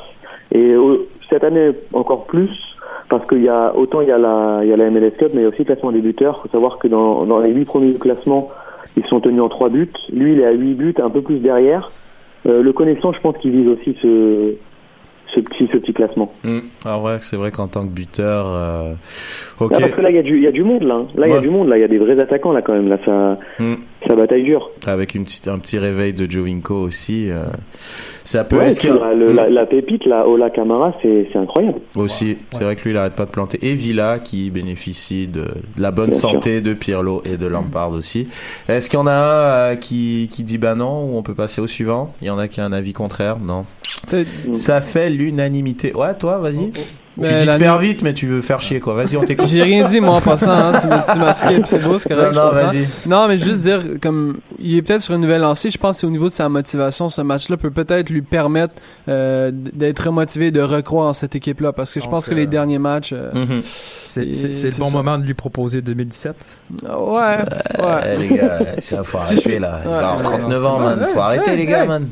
Speaker 4: et euh, cette année encore plus. Parce qu'il y a autant il y a la il y a la MLS Cup, mais il y a aussi le classement des buteurs. Faut savoir que dans, dans les huit premiers classements, ils sont tenus en trois buts. Lui, il est à huit buts, un peu plus derrière. Euh, le connaissant, je pense qu'il vise aussi ce, ce petit, ce petit classement.
Speaker 2: Hmm. Ah ouais, c'est vrai qu'en tant que buteur, euh, ok.
Speaker 4: Ah, parce que là, il y, a du- il y a du monde, là. hein. Là, il y
Speaker 2: Ouais.
Speaker 4: a du monde, là. Il y a des vrais attaquants, là, quand même. Là, ça,
Speaker 2: Hmm.
Speaker 4: ça bataille dure.
Speaker 2: Avec une petite, un petit réveil de Jovinko aussi, euh, ça peut.
Speaker 4: Ouais,
Speaker 2: est-ce
Speaker 4: et puis,
Speaker 2: que-
Speaker 4: la, le-
Speaker 2: Hmm.
Speaker 4: la- la pépite, là, Ola Camara, c'est c'est incroyable.
Speaker 2: Aussi, c'est vrai que lui, il arrête pas de planter. Et Villa, qui bénéficie de, de la bonne
Speaker 4: Bien
Speaker 2: santé de Pirlo et de Lampard aussi. Est-ce qu'il y en a un euh, qui, qui dit bah non, ou on peut passer au suivant Il y en a qui a un avis contraire Non.
Speaker 6: T'as-
Speaker 4: Mm.
Speaker 2: Ça fait l'unanimité. Ouais, toi, vas-y. Tu
Speaker 6: Oh, Mais
Speaker 2: dis de
Speaker 6: la-
Speaker 2: faire vite, mais tu veux faire chier, quoi. Vas-y, on t'écoute.
Speaker 6: J'ai rien dit, moi, en passant. hein. Tu m'as- tu m'as skip, c'est beau, c'est
Speaker 2: non,
Speaker 6: correct. je
Speaker 2: non,
Speaker 6: comprends.
Speaker 2: vas-y.
Speaker 6: Non, mais juste dire, comme, il est peut-être sur une nouvelle lancée. Je pense que c'est au niveau de sa motivation. Ce match-là peut peut-être lui permettre euh, d- d'être motivé et de recroire en cette équipe-là. Parce que je
Speaker 3: Donc,
Speaker 6: pense que
Speaker 3: euh,
Speaker 6: les derniers matchs. euh,
Speaker 2: Mhm.
Speaker 3: C'est,
Speaker 6: Et
Speaker 3: c'est- c'est le
Speaker 6: c'est
Speaker 3: bon
Speaker 6: ça.
Speaker 3: moment de lui proposer 2017.
Speaker 6: Ah, Ouais, ouais.
Speaker 2: Eh, les gars, ça, faut
Speaker 6: Si
Speaker 2: arrêter
Speaker 6: je-
Speaker 2: là. Il
Speaker 6: Ah. Ouais.
Speaker 2: va avoir 39 ans,
Speaker 3: Ouais,
Speaker 2: man. Faut
Speaker 3: ouais,
Speaker 2: arrêter,
Speaker 3: ouais,
Speaker 2: les gars,
Speaker 3: ouais.
Speaker 2: man.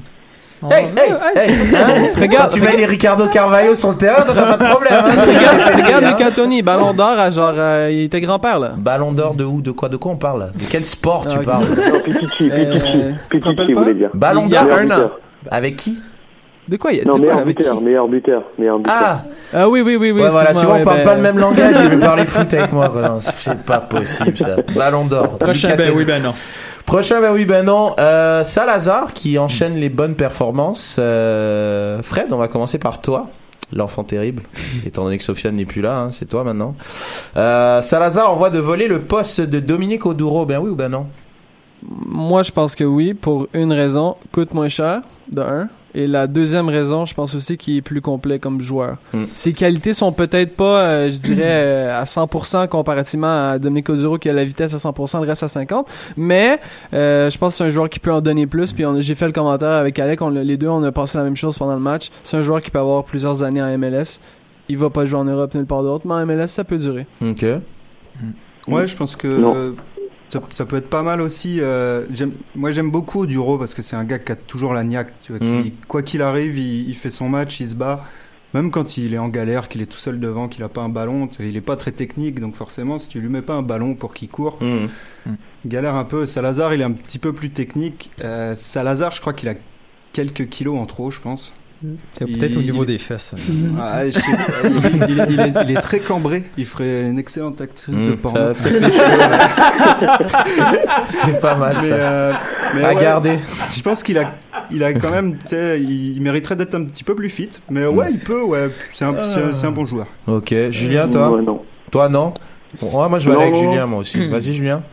Speaker 3: On-
Speaker 2: Hey, hey, hey, hein.
Speaker 6: Regarde,
Speaker 2: Quand tu mets les Ricardo Carvalho sur le terrain, t'auras pas de problème. hein.
Speaker 6: Regarde, regarde Luca Toni, ballon d'or, à genre, euh, il était grand-père, là.
Speaker 2: Ballon d'or de où De quoi De quoi on parle là De quel sport
Speaker 6: Ah,
Speaker 2: tu
Speaker 6: ok.
Speaker 2: parles
Speaker 4: Non, Pichichi,
Speaker 6: Euh,
Speaker 4: Pichichi,
Speaker 6: tu te rappelles
Speaker 4: Pichichi,
Speaker 6: pas
Speaker 4: vous voulez dire.
Speaker 2: Ballon
Speaker 6: Il y a
Speaker 2: d'or
Speaker 6: un an.
Speaker 4: buteur.
Speaker 2: Avec qui
Speaker 6: De quoi il y a
Speaker 4: Non,
Speaker 6: de quoi,
Speaker 4: meilleur
Speaker 6: avec qui?
Speaker 4: buteur, meilleur buteur, meilleur buteur.
Speaker 2: Ah
Speaker 6: Ah oui, oui, oui, oui.
Speaker 2: ouais, voilà,
Speaker 6: excuse-moi,
Speaker 2: tu vois, on
Speaker 6: ouais,
Speaker 2: parle
Speaker 6: ben,
Speaker 2: pas le même langage. Il veut parler foot avec moi. quoi. Non, c'est- C'est pas possible ça. Ballon d'or.
Speaker 3: Prochain,
Speaker 2: Lucas
Speaker 3: ben
Speaker 2: Toni.
Speaker 3: oui, ben non.
Speaker 2: Prochain, ben oui, ben non. Euh, Salazar qui enchaîne les bonnes performances. Euh, Fred, on va commencer par toi. L'enfant terrible, étant donné que Sofiane n'est plus là, hein, c'est toi maintenant. Euh, Salazar envoie de voler le poste de Dominique Oduro, ben oui ou ben non
Speaker 6: Moi, je pense que oui, pour une raison, coûte moins cher, de un. Et la deuxième raison, je pense aussi qu'il est plus complet comme joueur.
Speaker 2: Mm.
Speaker 6: Ses qualités sont peut-être pas, euh, je dirais, euh, à 100% comparativement à Domenico Duro qui a la vitesse à 100%, le reste à 50%. Mais euh, je pense que c'est un joueur qui peut en donner plus. Puis on- j'ai fait le commentaire avec Alec, on l'a- les deux, on a pensé la même chose pendant le match. C'est un joueur qui peut avoir plusieurs années en MLS. Il va pas jouer en Europe nulle part d'autre, mais en MLS, ça peut durer.
Speaker 2: Ok.
Speaker 7: Ouais, je pense que
Speaker 4: Non.
Speaker 7: euh, ça, ça peut être pas mal aussi. euh, j'aime- moi, j'aime beaucoup Duro parce que c'est un gars qui a toujours la niaque. Tu vois,
Speaker 2: Mm.
Speaker 7: qui- quoi qu'il arrive, il, il fait son match, il se bat. Même quand il est en galère, qu'il est tout seul devant, qu'il a pas un ballon, tu sais, il est pas très technique. Donc forcément, si tu lui mets pas un ballon pour qu'il court,
Speaker 2: Hmm.
Speaker 7: il galère un peu. Salazar, il est un petit peu plus technique. Euh, Salazar, je crois qu'il a quelques kilos en trop, je pense.
Speaker 3: C'est peut-être au
Speaker 7: Il-
Speaker 3: niveau
Speaker 7: il-
Speaker 3: des fesses.
Speaker 7: Ah, je sais pas. il, il- il est, il est très cambré. Il ferait une excellente actrice de
Speaker 2: Hmm,
Speaker 7: porno.
Speaker 2: ça- C'est pas mal
Speaker 7: Mais,
Speaker 2: ça.
Speaker 7: euh, mais
Speaker 2: à
Speaker 7: ouais,
Speaker 2: garder.
Speaker 7: Je pense qu'il a, il a quand même, tu sais, il, il mériterait d'être un petit peu plus fit. Mais ouais,
Speaker 2: Hmm.
Speaker 7: il peut, ouais. C'est un, c'est- c'est un bon joueur.
Speaker 2: Ok, Julien, toi
Speaker 4: Ouais, non.
Speaker 2: Toi, non Bon, ouais, Moi, je vais
Speaker 4: Non,
Speaker 2: aller avec
Speaker 4: non, Hmm.
Speaker 2: Julien, moi aussi. Vas-y, Julien.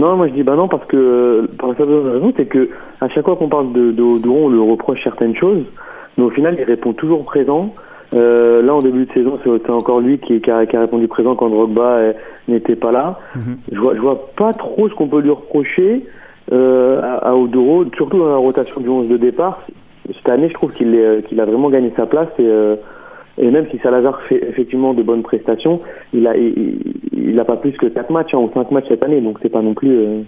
Speaker 4: Non, moi je dis bah non parce que euh, pour la simple raison c'est que à chaque fois qu'on parle de, de Odouron, on lui reproche certaines choses, mais au final il répond toujours présent. Euh, là en début de saison c'est c'est encore lui qui, qui, a, qui a répondu présent quand Drogba euh, n'était pas là.
Speaker 7: Mhm.
Speaker 4: Je vois je vois pas trop ce qu'on peut lui reprocher euh, à, à Oduro, surtout dans la rotation du 11 de départ. Cette année je trouve qu'il est, euh, qu'il a vraiment gagné sa place et euh, et même si Salazar fait effectivement de bonnes prestations, il a, il, il- il a pas plus que 4 matchs hein, ou 5 matchs cette année, donc c'est pas non plus. euh,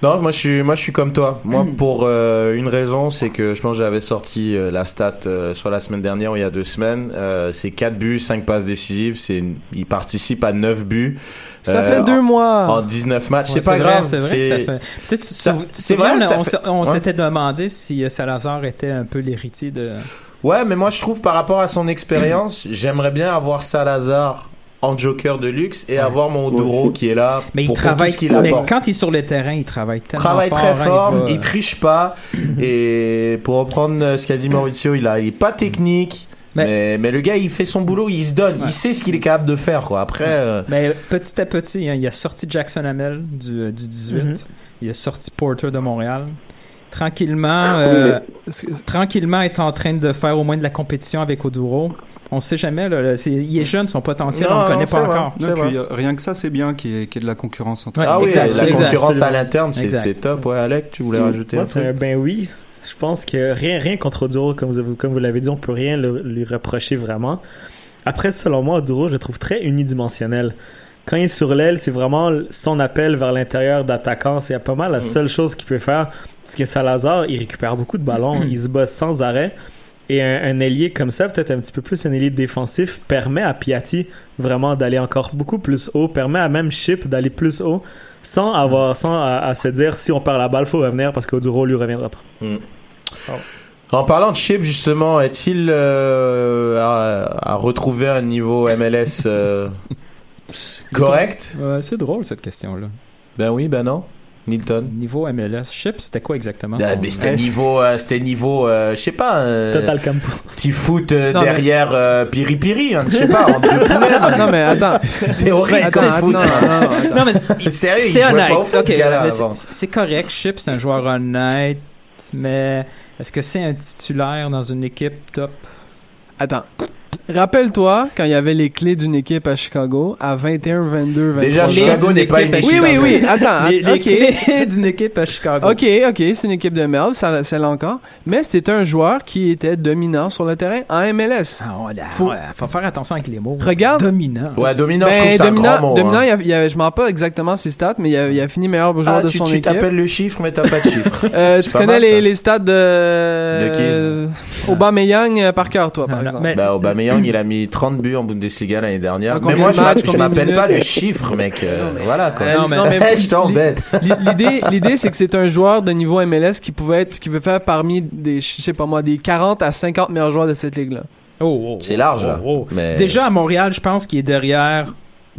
Speaker 2: Non, moi je suis, moi je suis comme toi. Moi pour euh, une raison, c'est que je pense que j'avais sorti euh, la stat euh, soit la semaine dernière ou il y a deux semaines. Euh, c'est 4 buts, 5 passes décisives. C'est, une- il participe à 9 buts.
Speaker 6: Ça
Speaker 2: euh,
Speaker 6: fait deux
Speaker 2: en,
Speaker 6: mois.
Speaker 2: En 19 matchs,
Speaker 3: Ouais,
Speaker 2: c'est pas
Speaker 3: vrai,
Speaker 2: grave.
Speaker 3: C'est vrai, que ça fait. Peut-être tu te
Speaker 2: Ça-
Speaker 3: souvi- tu te
Speaker 2: c'est
Speaker 3: souviens,
Speaker 2: vrai, ça
Speaker 3: on
Speaker 2: fait-
Speaker 3: s- on
Speaker 2: Ouais.
Speaker 3: s'était demandé si euh, Salazar était un peu l'héritier de.
Speaker 2: Ouais, mais moi je trouve par rapport à son expérience, j'aimerais bien avoir Salazar en joker de luxe et avoir mon Oduro qui est là
Speaker 3: Mais il
Speaker 2: pour, pour tout
Speaker 3: travaille.
Speaker 2: ce qu'il
Speaker 3: mais
Speaker 2: apporte.
Speaker 3: quand il est sur le terrain, il travaille tellement
Speaker 2: travaille
Speaker 3: fort,
Speaker 2: très
Speaker 3: hein,
Speaker 2: fort,
Speaker 3: va-
Speaker 2: il, triche pas.
Speaker 3: Mhm.
Speaker 2: et pour reprendre euh, ce qu'a dit Mauricio, il, a, il est pas technique. Mais,
Speaker 3: Mais-
Speaker 2: mais, le gars, il fait son boulot, il se donne, il sait ce qu'il est capable de faire. Quoi. Après, euh,
Speaker 3: Mais Ben, petit à petit, hein, il a sorti Jackson Hamel du, euh, du 18.
Speaker 5: Mhm.
Speaker 3: Il a sorti Porter de Montréal. Tranquillement,
Speaker 4: Oui,
Speaker 3: euh,
Speaker 6: Est-ce que-
Speaker 3: tranquillement est en train de faire au moins de la compétition avec Oduro. On sait jamais, là, là, c'est- il est jeune, son potentiel,
Speaker 2: Non,
Speaker 3: on le connaît
Speaker 2: non,
Speaker 3: pas
Speaker 2: c'est vrai.
Speaker 3: encore.
Speaker 7: Non,
Speaker 2: C'est vrai.
Speaker 7: puis, euh, rien que ça, c'est bien qu'il y, ait- qu'il y ait de la concurrence entre.
Speaker 3: Ouais,
Speaker 2: ah oui,
Speaker 3: exact,
Speaker 2: la
Speaker 3: exact,
Speaker 2: concurrence à
Speaker 3: absolument.
Speaker 2: l'interne, c'est
Speaker 3: Exact.
Speaker 2: c'est top. Ouais, Alec, tu voulais rajouter
Speaker 5: Moi,
Speaker 2: un
Speaker 5: c'est un
Speaker 2: truc
Speaker 5: ben oui. Je pense que rien, rien contre Oduro, comme vous, avez- comme vous l'avez dit, on peut rien le- lui reprocher vraiment. Après, selon moi, Oduro, je le trouve très unidimensionnel. Quand il est sur l'aile, c'est vraiment son appel vers l'intérieur d'attaquant. C'est pas
Speaker 2: Mm.
Speaker 5: mal la seule chose qu'il peut faire. Parce que Salazar, il récupère beaucoup de ballons, il se bat sans arrêt. Et un, un ailier comme ça, peut-être un petit peu plus un ailier défensif, permet à Piatti vraiment d'aller encore beaucoup plus haut, permet à même Chip d'aller plus haut sans avoir sans à, à se dire si on perd la balle faut revenir parce qu'Oduro lui reviendra pas.
Speaker 2: En parlant de chip, justement, est-il euh, à, à retrouver un niveau MLS euh, correct
Speaker 3: Ouais, euh, c'est drôle cette question-là.
Speaker 2: Ben oui, ben non. Nilton.
Speaker 3: Niveau MLS, Chip, c'était quoi exactement
Speaker 2: Ah,
Speaker 3: son-
Speaker 2: mais c'était niveau, euh, c'était niveau, euh, je sais pas, euh,
Speaker 5: Total Campo.
Speaker 2: petit foot euh,
Speaker 6: Non, mais-
Speaker 2: derrière euh, Piri Piri, hein, je sais pas, en deux poulets, hein.
Speaker 6: Non, mais attends.
Speaker 2: C'était horrible
Speaker 6: Attends,
Speaker 2: ce
Speaker 6: attends,
Speaker 2: foot.
Speaker 6: non, non, non, attends.
Speaker 3: Non, mais
Speaker 2: Sérieux, il
Speaker 3: c'est
Speaker 2: jouait
Speaker 3: honnête.
Speaker 2: pas au foot,
Speaker 3: Ok,
Speaker 2: ce gars-là,
Speaker 3: mais c'est-
Speaker 2: avant.
Speaker 3: c'est correct. Chip, c'est un joueur honnête, mais est-ce que c'est un titulaire dans une équipe top
Speaker 6: Attends. Rappelle-toi quand il y avait les clés d'une équipe à Chicago à 21, 22, 23.
Speaker 2: Déjà,
Speaker 3: Les
Speaker 2: Chicago
Speaker 3: d'une
Speaker 2: n'est pas une
Speaker 3: équipe à
Speaker 2: équipe.
Speaker 6: Oui, oui, oui. Attends.
Speaker 2: Ah,
Speaker 3: Les, les
Speaker 6: ok.
Speaker 3: clés d'une équipe à Chicago.
Speaker 6: Ok, ok, c'est une équipe de merde, ça, ça l'a encore. Mais c'est un joueur qui était dominant sur le terrain en MLS.
Speaker 3: Ah, on l'a-
Speaker 6: Faut-
Speaker 3: ouais, faut faire attention avec les mots.
Speaker 6: Regarde.
Speaker 3: Dominant.
Speaker 2: Ouais, dominant, je trouve
Speaker 6: Ben,
Speaker 2: que c'est un
Speaker 6: dominant,
Speaker 2: grand mot,
Speaker 6: dominant
Speaker 2: hein.
Speaker 6: il y a- il y avait- je m'en rappelle pas exactement ses stats, mais il y a, il y a fini meilleur joueur
Speaker 2: Ah,
Speaker 6: de
Speaker 2: tu-
Speaker 6: son
Speaker 2: tu
Speaker 6: équipe.
Speaker 2: t'appelles le chiffre, mais t'as pas de chiffre.
Speaker 6: Euh, tu
Speaker 2: C'est pas
Speaker 6: connais
Speaker 2: mal,
Speaker 6: les,
Speaker 2: ça.
Speaker 6: les stats de,
Speaker 2: De qui?
Speaker 6: euh, Aubameyang euh, par cœur, toi, par
Speaker 3: Voilà.
Speaker 6: exemple.
Speaker 3: Mais-
Speaker 2: Bah, Aubameyang, il a mis 30 buts en Bundesliga l'année
Speaker 6: En
Speaker 2: dernière. Mais
Speaker 6: Ah, combien
Speaker 2: moi,
Speaker 6: de
Speaker 2: je m'a-
Speaker 6: matchs,
Speaker 2: je
Speaker 6: combien de
Speaker 2: m'appelle pas
Speaker 6: minutes
Speaker 2: le chiffre, mec. euh,
Speaker 6: Non, mais-
Speaker 2: Voilà, quoi.
Speaker 6: Euh,
Speaker 3: Non, mais-
Speaker 6: non, mais-
Speaker 2: Eh, je t'embête.
Speaker 6: L'i- L'idée, l'idée, c'est que c'est un joueur de niveau MLS qui pouvait être, qui veut faire parmi des, je sais pas moi, des 40 à 50 meilleurs joueurs de cette ligue-là.
Speaker 3: Oh, oh,
Speaker 2: C'est
Speaker 3: oh,
Speaker 2: large, là. Euh,
Speaker 3: oh, oh.
Speaker 2: Mais-
Speaker 3: Déjà à Montréal, je pense qu'il est derrière.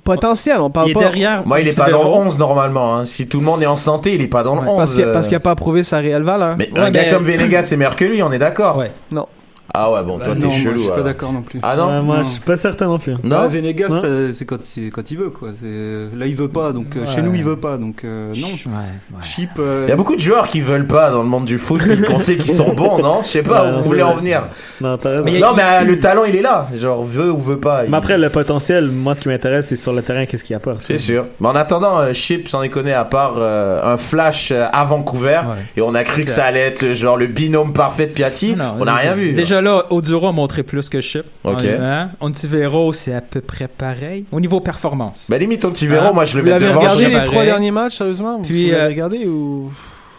Speaker 6: Potentiel, on parle
Speaker 3: il est
Speaker 6: pas.
Speaker 3: derrière.
Speaker 2: Moi, il est pas dans le
Speaker 3: Severo.
Speaker 2: 11 normalement. hein. Si tout le monde est en santé, il est pas dans le
Speaker 3: Ouais.
Speaker 2: 11.
Speaker 6: Parce qu'il
Speaker 2: euh.
Speaker 6: parce qu'il a pas prouvé sa réelle valeur.
Speaker 2: Mais
Speaker 3: Ouais,
Speaker 2: un gars
Speaker 3: mais-
Speaker 2: comme Venegas, c'est meilleur que lui, on est d'accord.
Speaker 3: Ouais.
Speaker 6: Non. Bah
Speaker 2: Ah ouais, bon, toi,
Speaker 7: non,
Speaker 2: t'es
Speaker 7: moi,
Speaker 2: chelou.
Speaker 7: je suis pas
Speaker 2: alors.
Speaker 7: d'accord non plus.
Speaker 2: Ah non
Speaker 5: Ouais, moi,
Speaker 7: Non.
Speaker 5: je suis pas certain non plus.
Speaker 2: Non
Speaker 7: Ah, Venegas,
Speaker 5: Non.
Speaker 7: ça, c'est quand, il- quand il veut, quoi. C'est- Là, il veut pas, donc euh, chez
Speaker 3: Ouais.
Speaker 7: nous, il veut pas, donc euh, non.
Speaker 3: Ouais, ouais.
Speaker 7: Chip. euh,
Speaker 2: Il y a beaucoup de joueurs qui veulent pas dans le monde du foot, mais qu'on sait qu'ils sont bons, non Je sais pas,
Speaker 5: Ouais,
Speaker 2: où
Speaker 5: non,
Speaker 2: vous
Speaker 5: c'est
Speaker 2: voulez
Speaker 5: vrai.
Speaker 2: en venir.
Speaker 5: Non, t'as raison.
Speaker 2: non, mais euh, le talent, il est là. Genre, veut ou veut pas. il-
Speaker 5: Mais après, le potentiel, moi, ce qui m'intéresse, c'est sur le terrain, qu'est-ce qu'il apporte.
Speaker 2: C'est sûr. Mais en attendant, euh, Chip, sans déconner, à part euh, un flash euh, à Vancouver,
Speaker 3: Ouais.
Speaker 2: et on a cru que
Speaker 3: Exact.
Speaker 2: ça allait être le, genre le binôme parfait de Piatti,
Speaker 3: Non,
Speaker 2: on n'a rien vu.
Speaker 3: Déjà là, Oduro a montré plus que Chip.
Speaker 2: Ok.
Speaker 3: Honnêtement. Ontivero, c'est à peu près pareil. Au niveau performance.
Speaker 2: Bah limite, ton petit verrou,
Speaker 3: Ah.
Speaker 2: moi je le
Speaker 6: Vous
Speaker 2: mets
Speaker 6: l'avez
Speaker 2: devant.
Speaker 6: regardé
Speaker 2: je-
Speaker 6: les
Speaker 3: Pareil.
Speaker 6: trois derniers matchs, sérieusement?
Speaker 3: Puis,
Speaker 6: Puis, vous l'avez
Speaker 3: euh,
Speaker 6: regardé ou...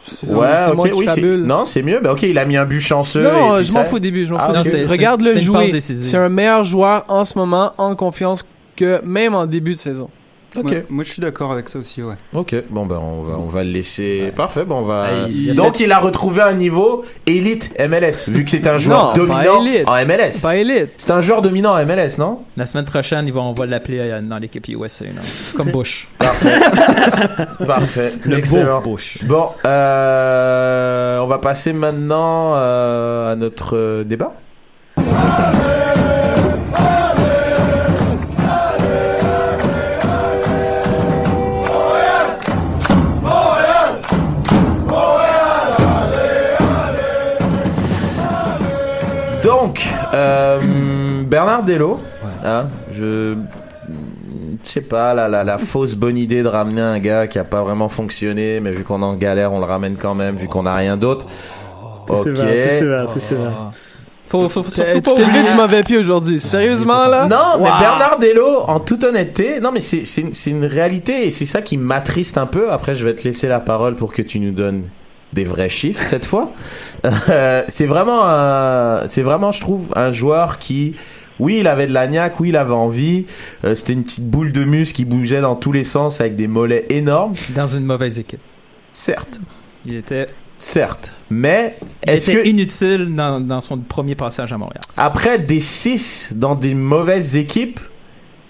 Speaker 6: C'est
Speaker 2: Ouais,
Speaker 6: c'est
Speaker 2: ok,
Speaker 6: moi qui
Speaker 2: oui, c'est-
Speaker 6: fabule.
Speaker 2: Non, c'est mieux. Bah ok, il a mis un but chanceux.
Speaker 6: Non,
Speaker 2: et
Speaker 6: non,
Speaker 2: puis
Speaker 6: je m'en
Speaker 2: ça-
Speaker 6: fous au début, je m'en
Speaker 2: Ah,
Speaker 6: fous.
Speaker 2: ok.
Speaker 3: Non, c'était-
Speaker 6: Regarde-le
Speaker 3: c'était une passe
Speaker 6: jouer.
Speaker 3: décisive.
Speaker 6: C'est un meilleur joueur en ce moment, en confiance, que même en début de saison.
Speaker 2: Ok,
Speaker 7: Moi, moi, je suis d'accord avec ça aussi, ouais.
Speaker 2: ok. Bon ben on va on va le laisser. Parfait. Bon on va.
Speaker 3: Ah, il-
Speaker 2: Donc il a retrouvé un niveau élite MLS vu que c'est un joueur
Speaker 6: Non, pas
Speaker 2: dominant
Speaker 6: élite.
Speaker 2: en MLS.
Speaker 6: Pas élite.
Speaker 2: C'est un joueur dominant en MLS, non
Speaker 3: La semaine prochaine, ils vont, on va l'appeler euh, dans l'équipe USA. non? Comme Bush.
Speaker 2: Parfait.
Speaker 3: Le
Speaker 2: Excellent.
Speaker 3: beau Bush.
Speaker 2: Bon, euh, on va passer maintenant euh, à notre euh, débat. Donc, euh, Bernard Dello, hein, je je sais pas, la, la, la fausse bonne idée de ramener un gars qui a pas vraiment fonctionné, mais vu qu'on est en galère, on le ramène quand même, vu qu'on a rien d'autre.
Speaker 5: T'es
Speaker 2: Ok. Ah.
Speaker 5: sévère, t'es sévère, t'es sévère.
Speaker 3: Faut, faut, faut
Speaker 6: Tu
Speaker 3: surtout pas
Speaker 6: t'es levé
Speaker 3: oublier-
Speaker 6: du mauvais pied aujourd'hui. Sérieusement, là?
Speaker 2: Non, mais
Speaker 6: Wow.
Speaker 2: Bernard Dello, en toute honnêteté, non, mais c'est- c'est une- c'est une réalité et c'est ça qui m'attriste un peu. Après, je vais te laisser la parole pour que tu nous donnes des vrais chiffres cette fois. Euh, c'est vraiment, un- c'est vraiment, je trouve, un joueur qui, oui, il avait de la niaque, oui, il avait envie. Euh, C'était une petite boule de muscle qui bougeait dans tous les sens avec des mollets énormes.
Speaker 3: Dans une mauvaise équipe.
Speaker 2: Certes,
Speaker 3: Il était,
Speaker 2: certes. Mais
Speaker 3: il
Speaker 2: est-ce
Speaker 3: était
Speaker 2: que
Speaker 3: inutile dans, dans son premier passage à Montréal.
Speaker 2: après des 6 dans des mauvaises équipes,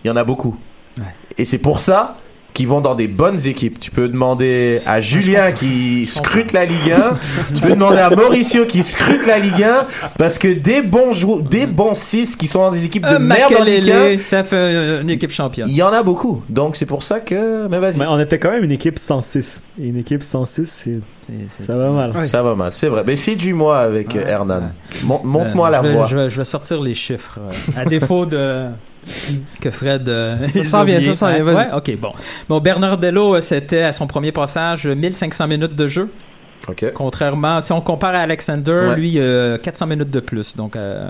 Speaker 2: il y en a beaucoup.
Speaker 3: Ouais.
Speaker 2: Et c'est pour ça qu'ils vont dans des bonnes équipes. Tu peux demander
Speaker 3: Ah,
Speaker 2: à Julien qui scrute la Ligue 1, tu peux demander à Mauricio qui scrute la Ligue 1 parce que des bons jou- des bons 6 qui sont dans des équipes de
Speaker 3: Mm. Euh,
Speaker 2: merde en Ligue 1,
Speaker 3: Makelele, ça fait euh, une équipe championne.
Speaker 2: il y en a beaucoup. Donc c'est pour ça que mais vas-y.
Speaker 5: Mais on était quand même une équipe 106. Et une équipe 106, c'est-
Speaker 3: C'est- c'est-
Speaker 5: ça va mal.
Speaker 3: Ouais.
Speaker 2: Ça va mal, c'est vrai. Mais séduis-moi avec euh,
Speaker 3: Ouais,
Speaker 2: Hernan. Mon-
Speaker 3: Euh,
Speaker 2: Monte-moi la
Speaker 3: je vais,
Speaker 2: voix.
Speaker 3: Je vais, je vais sortir les chiffres. euh, à défaut de. Que Fred. euh, les
Speaker 6: s'en vient,
Speaker 3: oublie.
Speaker 6: ça s'en vient, vas-y.
Speaker 3: Ouais, ok, bon. Bon, Bernardello, euh, c'était à son premier passage euh, 1500 minutes de jeu.
Speaker 2: OK.
Speaker 3: Contrairement, si on compare à Alexander,
Speaker 2: Ouais.
Speaker 3: lui, euh, 400 minutes de plus. Donc, euh,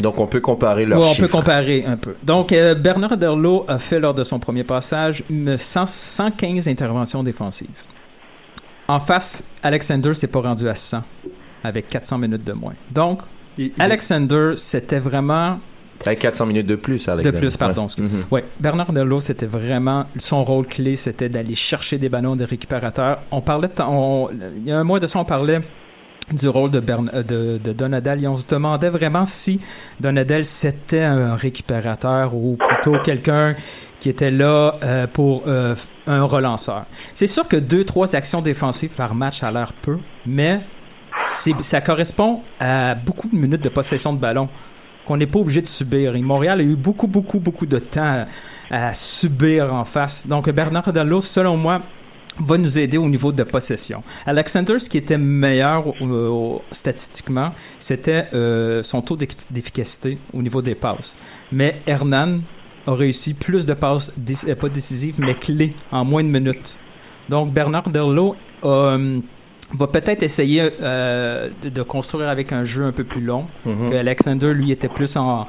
Speaker 2: Donc on peut comparer leurs
Speaker 3: ouais, on
Speaker 2: chiffres.
Speaker 3: peut comparer un peu. Donc, euh, Bernard Derlo a fait lors de son premier passage une 100 115 interventions défensives. En face, Alexander s'est pas rendu à 100 avec 400 minutes de moins. Donc,
Speaker 7: Il- il-
Speaker 3: Alexander, c'était vraiment
Speaker 2: Avec 400 minutes de plus Alex.
Speaker 3: De plus, pardon,
Speaker 2: Ouais.
Speaker 3: excuse-
Speaker 2: Mhm.
Speaker 3: Ouais, Bernard Delot, c'était vraiment son rôle clé, c'était d'aller chercher des ballons des récupérateurs. On parlait, de- on- il y a un mois de ça, on parlait du rôle de, Bern- euh, de, de Donadel. Et on se demandait vraiment si Donadel, c'était un récupérateur ou plutôt quelqu'un qui était là euh, pour euh, un relanceur. C'est sûr que deux, trois actions défensives par match a l'air peu, mais c'est- ça correspond à beaucoup de minutes de possession de ballon qu'on n'est pas obligé de subir. Et Montréal a eu beaucoup, beaucoup, beaucoup de temps à, à subir en face. Donc Bernard Dallo, selon moi, va nous aider au niveau de possession. Alexander, ce qui était meilleur euh, au- statistiquement, c'était euh, son taux d'eff- d'efficacité au niveau des passes. Mais Hernan a réussi plus de passes, dé- euh, pas décisives, mais clés, en moins de minutes. Donc Bernard Derlo euh, va peut-être essayer euh, de, de construire avec un jeu un peu plus long,
Speaker 2: Mhm.
Speaker 3: que Alexander, lui, était plus en... en-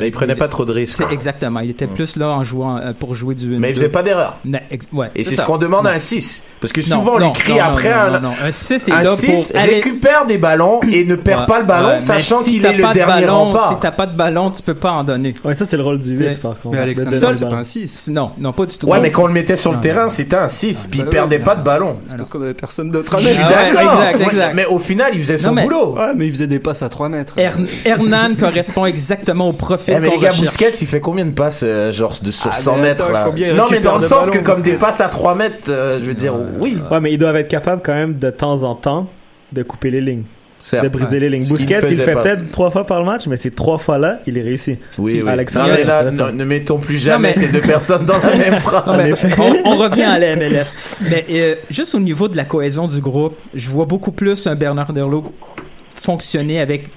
Speaker 2: Mais il prenait pas trop de risques.
Speaker 3: C'est exactement. Il était plus là en jouant euh, pour jouer du.
Speaker 2: Mais il faisait pas d'erreur.
Speaker 3: Non, ex- ouais,
Speaker 2: Et c'est
Speaker 3: ça.
Speaker 2: ce qu'on demande
Speaker 3: Non.
Speaker 2: à un 6. Parce que
Speaker 3: Non,
Speaker 2: souvent, on
Speaker 3: non,
Speaker 2: lui crie
Speaker 3: non, non,
Speaker 2: après
Speaker 3: non,
Speaker 2: un,
Speaker 3: non, non. Un 6 est
Speaker 2: un
Speaker 3: là pour
Speaker 2: 6,
Speaker 3: aller-
Speaker 2: récupère des ballons et ne perd
Speaker 3: Ouais,
Speaker 2: pas le ballon,
Speaker 3: ouais, mais
Speaker 2: sachant
Speaker 3: si
Speaker 2: qu'il
Speaker 3: t'as
Speaker 2: est le
Speaker 3: pas de
Speaker 2: dernier
Speaker 3: ballon,
Speaker 2: rempart.
Speaker 3: Si t'as pas de ballon, tu peux pas en donner.
Speaker 5: Ouais, ça, c'est le rôle du
Speaker 3: C'est-
Speaker 5: 8, par contre.
Speaker 7: Mais
Speaker 5: De donner
Speaker 7: Alexander,
Speaker 5: le
Speaker 7: c'est pas
Speaker 5: ballon.
Speaker 7: un 6.
Speaker 3: Non, non, pas du tout.
Speaker 2: Ouais, mais quand on le mettait sur le
Speaker 3: Non,
Speaker 2: terrain,
Speaker 3: non.
Speaker 2: c'était un 6, puis
Speaker 7: bah
Speaker 2: il
Speaker 7: oui,
Speaker 2: perdait
Speaker 7: non.
Speaker 2: pas de ballon.
Speaker 7: C'est parce qu'on avait personne d'autre
Speaker 2: Je
Speaker 7: à
Speaker 2: suis
Speaker 7: mettre.
Speaker 3: Ah ouais,
Speaker 2: d'accord.
Speaker 3: exact, exact.
Speaker 2: Mais au final, il faisait son
Speaker 3: Non, mais-
Speaker 2: boulot.
Speaker 7: Ouais, mais il faisait des passes à 3 mètres.
Speaker 3: Hern- Hernan correspond exactement au profil
Speaker 2: Eh, mais
Speaker 3: qu'on
Speaker 2: les gars,
Speaker 3: recherche.
Speaker 2: Busquets, il fait combien de passes, euh, genre, de, sur
Speaker 7: Ah,
Speaker 2: 100
Speaker 7: mais
Speaker 2: mètres,
Speaker 7: attends,
Speaker 2: là
Speaker 7: combien il
Speaker 2: Non, mais dans le
Speaker 7: récupère
Speaker 2: sens
Speaker 7: de
Speaker 2: que
Speaker 7: ballons,
Speaker 2: comme des
Speaker 7: Busquets
Speaker 2: passes à 3 mètres, euh, je veux dire, oui.
Speaker 5: Ouais, mais ils doivent être capables quand même de temps en temps de couper les lignes,
Speaker 2: Certes.
Speaker 5: de briser les lignes.
Speaker 2: Ce qu'il
Speaker 5: Busquets, il
Speaker 2: faisait
Speaker 5: le fait
Speaker 2: pas.
Speaker 5: peut-être trois fois par match, mais ces trois fois-là, il est réussi.
Speaker 2: Oui, oui.
Speaker 5: Alexandre,
Speaker 2: Non, mais
Speaker 5: tu
Speaker 2: là,
Speaker 5: fais
Speaker 2: non,
Speaker 5: pas.
Speaker 2: ne mettons plus jamais
Speaker 3: mais-
Speaker 2: ces deux personnes dans la même phrase.
Speaker 6: Non, mais-
Speaker 3: on, on revient à la MLS. Mais euh, juste au niveau de la cohésion du groupe, je vois beaucoup plus un Bernard Derlo fonctionner avec